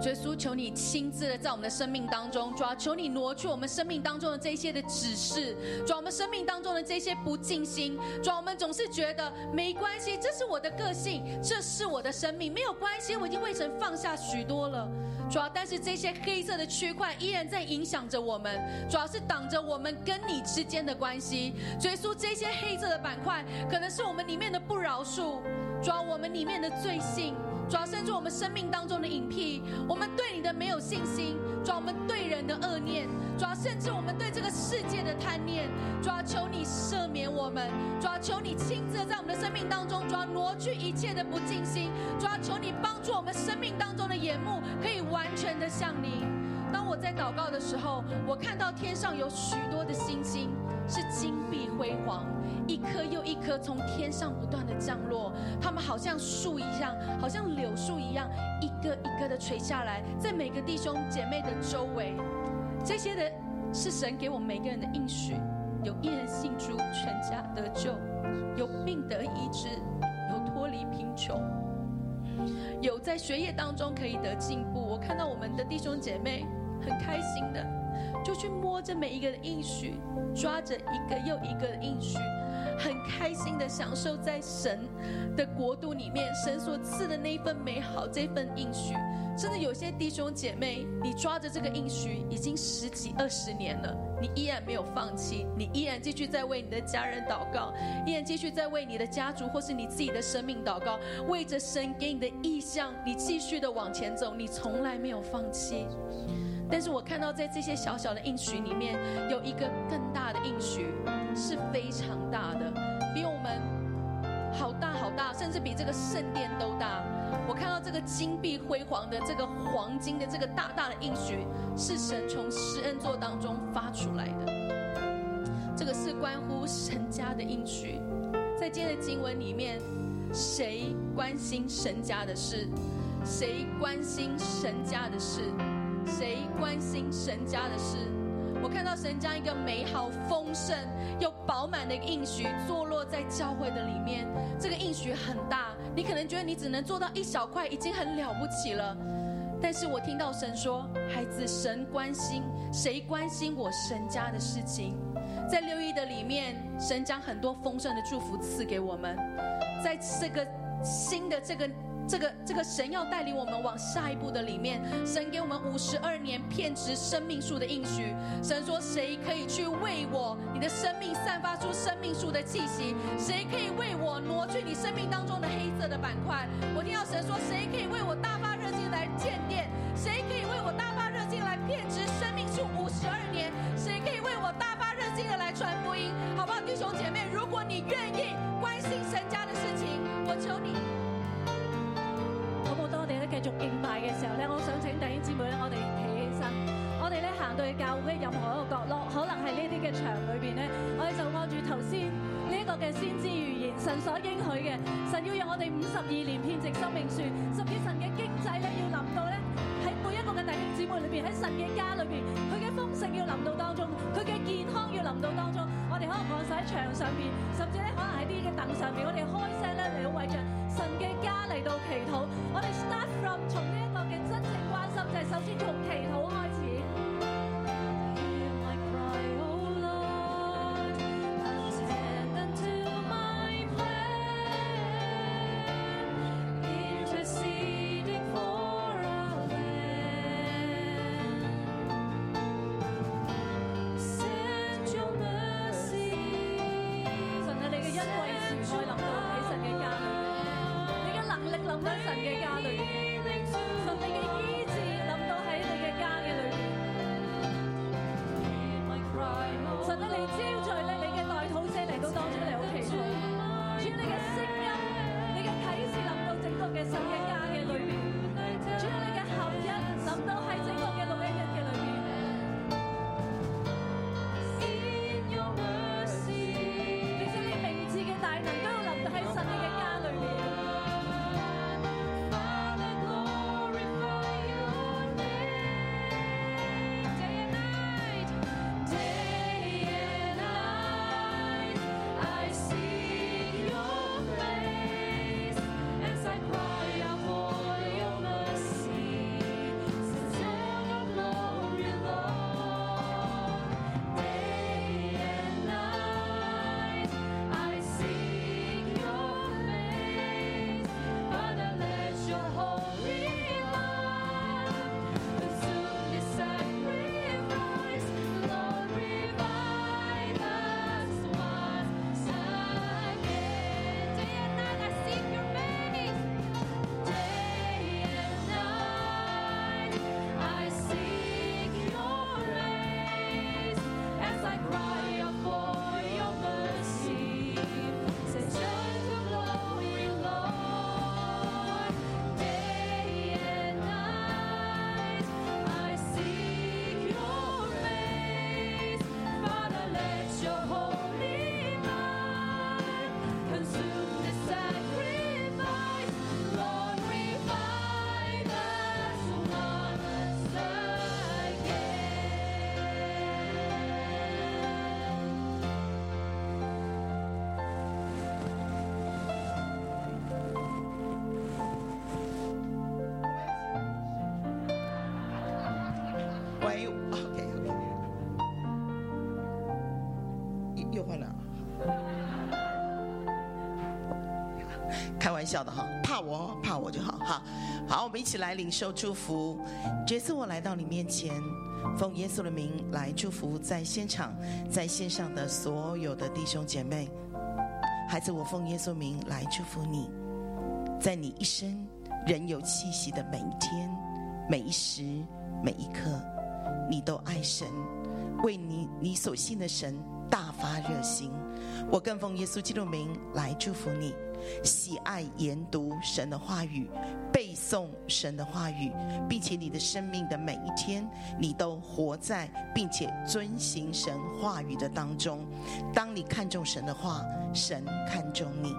Speaker 9: 主耶稣，求你亲自的在我们的生命当中，主啊，求你挪去我们生命当中的这些的指示，主啊，我们生命当中的这些不尽心，主啊，我们总是觉得没关系，这是我的个性，这是我的生命，没有关系，我已经为神放下许多了。主啊，但是这些黑色的区块依然在影响着我们，主要是挡着我们跟你之间的关系。主耶稣，这些黑色的板块可能是我们里面的不饶恕，主要我们里面的罪性，主要甚至我们生命当中的隐僻，我们对你的没有信心，主要我们对人的恶念，主要甚至我们对这个世界的贪念，主要求你赦免我们，主要求你亲自地在我们的生命当中，主要挪去一切的不尽心，主要求你帮助我们生命当中的眼目可以完全的向你。当我在祷告的时候，我看到天上有许多的星星，是金碧辉煌，一颗又一颗从天上不断的降落，它们好像树一样，好像柳树一样，一个一个的垂下来，在每个弟兄姐妹的周围。这些的是神给我们每个人的应许，有一人信主，全家得救；有病得医治，有脱离贫穷。有在学业当中可以得进步。我看到我们的弟兄姐妹很开心的，就去摸着每一个的应许，抓着一个又一个的应许，很开心的享受在神的国度里面神所赐的那一份美好，这份应许。甚至有些弟兄姐妹，你抓着这个应许已经十几二十年了，你依然没有放弃，你依然继续在为你的家人祷告，依然继续在为你的家族或是你自己的生命祷告，为着神给你的意向，你继续的往前走，你从来没有放弃。但是我看到在这些小小的应许里面，有一个更大的应许是非常大的，比我们好大好大，甚至比这个圣殿都大。我看到这个金碧辉煌的这个黄金的这个大大的应许，是神从施恩座当中发出来的。这个是关乎神家的应许。在今天的经文里面，谁关心神家的事？谁关心神家的事？谁关心神家的事？我看到神将一个美好、丰盛又饱满的一个应许坐落在教会的里面。这个应许很大，你可能觉得你只能做到一小块，已经很了不起了。但是我听到神说：“孩子，神关心谁关心我神家的事情？”在六一的里面，神将很多丰盛的祝福赐给我们。在这个新的这个这个这个神要带领我们往下一步的里面，神给我们五十二年片值生命树的应许。神说：“谁可以去为我你的生命散发出生命树的气息？谁可以为我挪去你生命当中的黑色的板块？”我听到神说：“谁可以为我大发热心来建殿？谁可以为我大发热心来片值生命树五十二年？谁可以为我大发热心的来传福音？”好不好，弟兄姐妹？如果你愿意关心神家的事情，我求你。
Speaker 5: 好冇？當我哋咧繼續敬拜嘅時候咧，我想請弟兄姊妹咧，我哋企起身，我哋咧行到去教會嘅任何一個角落，可能係呢啲嘅牆裏邊咧，我哋就按住頭先呢一個嘅先知預言，神所應許嘅，神要讓我哋五十二年遍植生命樹，甚至神嘅經濟咧要臨到咧喺每一個嘅弟兄姊妹裏邊，喺神嘅家裏邊，佢嘅豐盛要臨到當中，佢嘅健康要臨到當中，我哋可能按晒喺牆上邊，甚至咧可能喺啲嘅凳上邊，我哋開聲咧嚟到為着神嘅家嚟到祈禱。我哋 start from 從呢一個嘅真正關心，就係首先從祈禱開始。
Speaker 4: Interceding for our land. Send your mercy.
Speaker 5: 神啊，你嘅恩惠慈愛臨到喺神嘅家裏面，你嘅能力臨到神嘅家裏面，神你嘅醫治臨到喺你嘅家嘅裏
Speaker 10: 为 OK OK，又又换了啊，开玩笑的哈，怕我哦怕我就好哈。好，我们一起来领受祝福。这次我来到你面前，奉耶稣的名来祝福在现场、在线上的所有的弟兄姐妹。孩子，我奉耶稣名来祝福你，在你一生仍有气息的每一天、每一时、每一刻，你都爱神，为你你所信的神大发热心。我更奉耶稣基督名来祝福你，喜爱研读神的话语，背诵神的话语，并且你的生命的每一天，你都活在并且遵行神话语的当中。当你看重神的话，神看重你；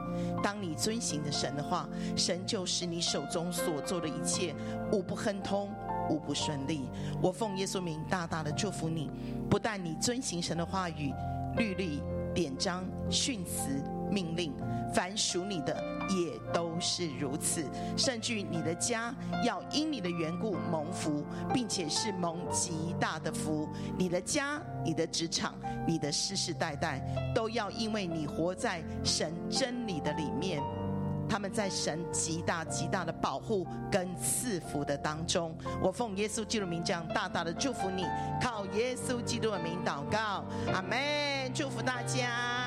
Speaker 10: 当你遵行的神的话，神就使你手中所做的一切无不亨通。无不顺利，我奉耶稣名大大的祝福你。不但你遵行神的话语、律例、典章、训词、命令，凡属你的也都是如此。甚至你的家要因你的缘故蒙福，并且是蒙极大的福。你的家、你的职场、你的世世代代，都要因为你活在神真理的里面。他们在神极大极大的保护跟赐福的当中，我奉耶稣基督的名这样大大的祝福你，靠耶稣基督的名祷告，阿门，祝福大家。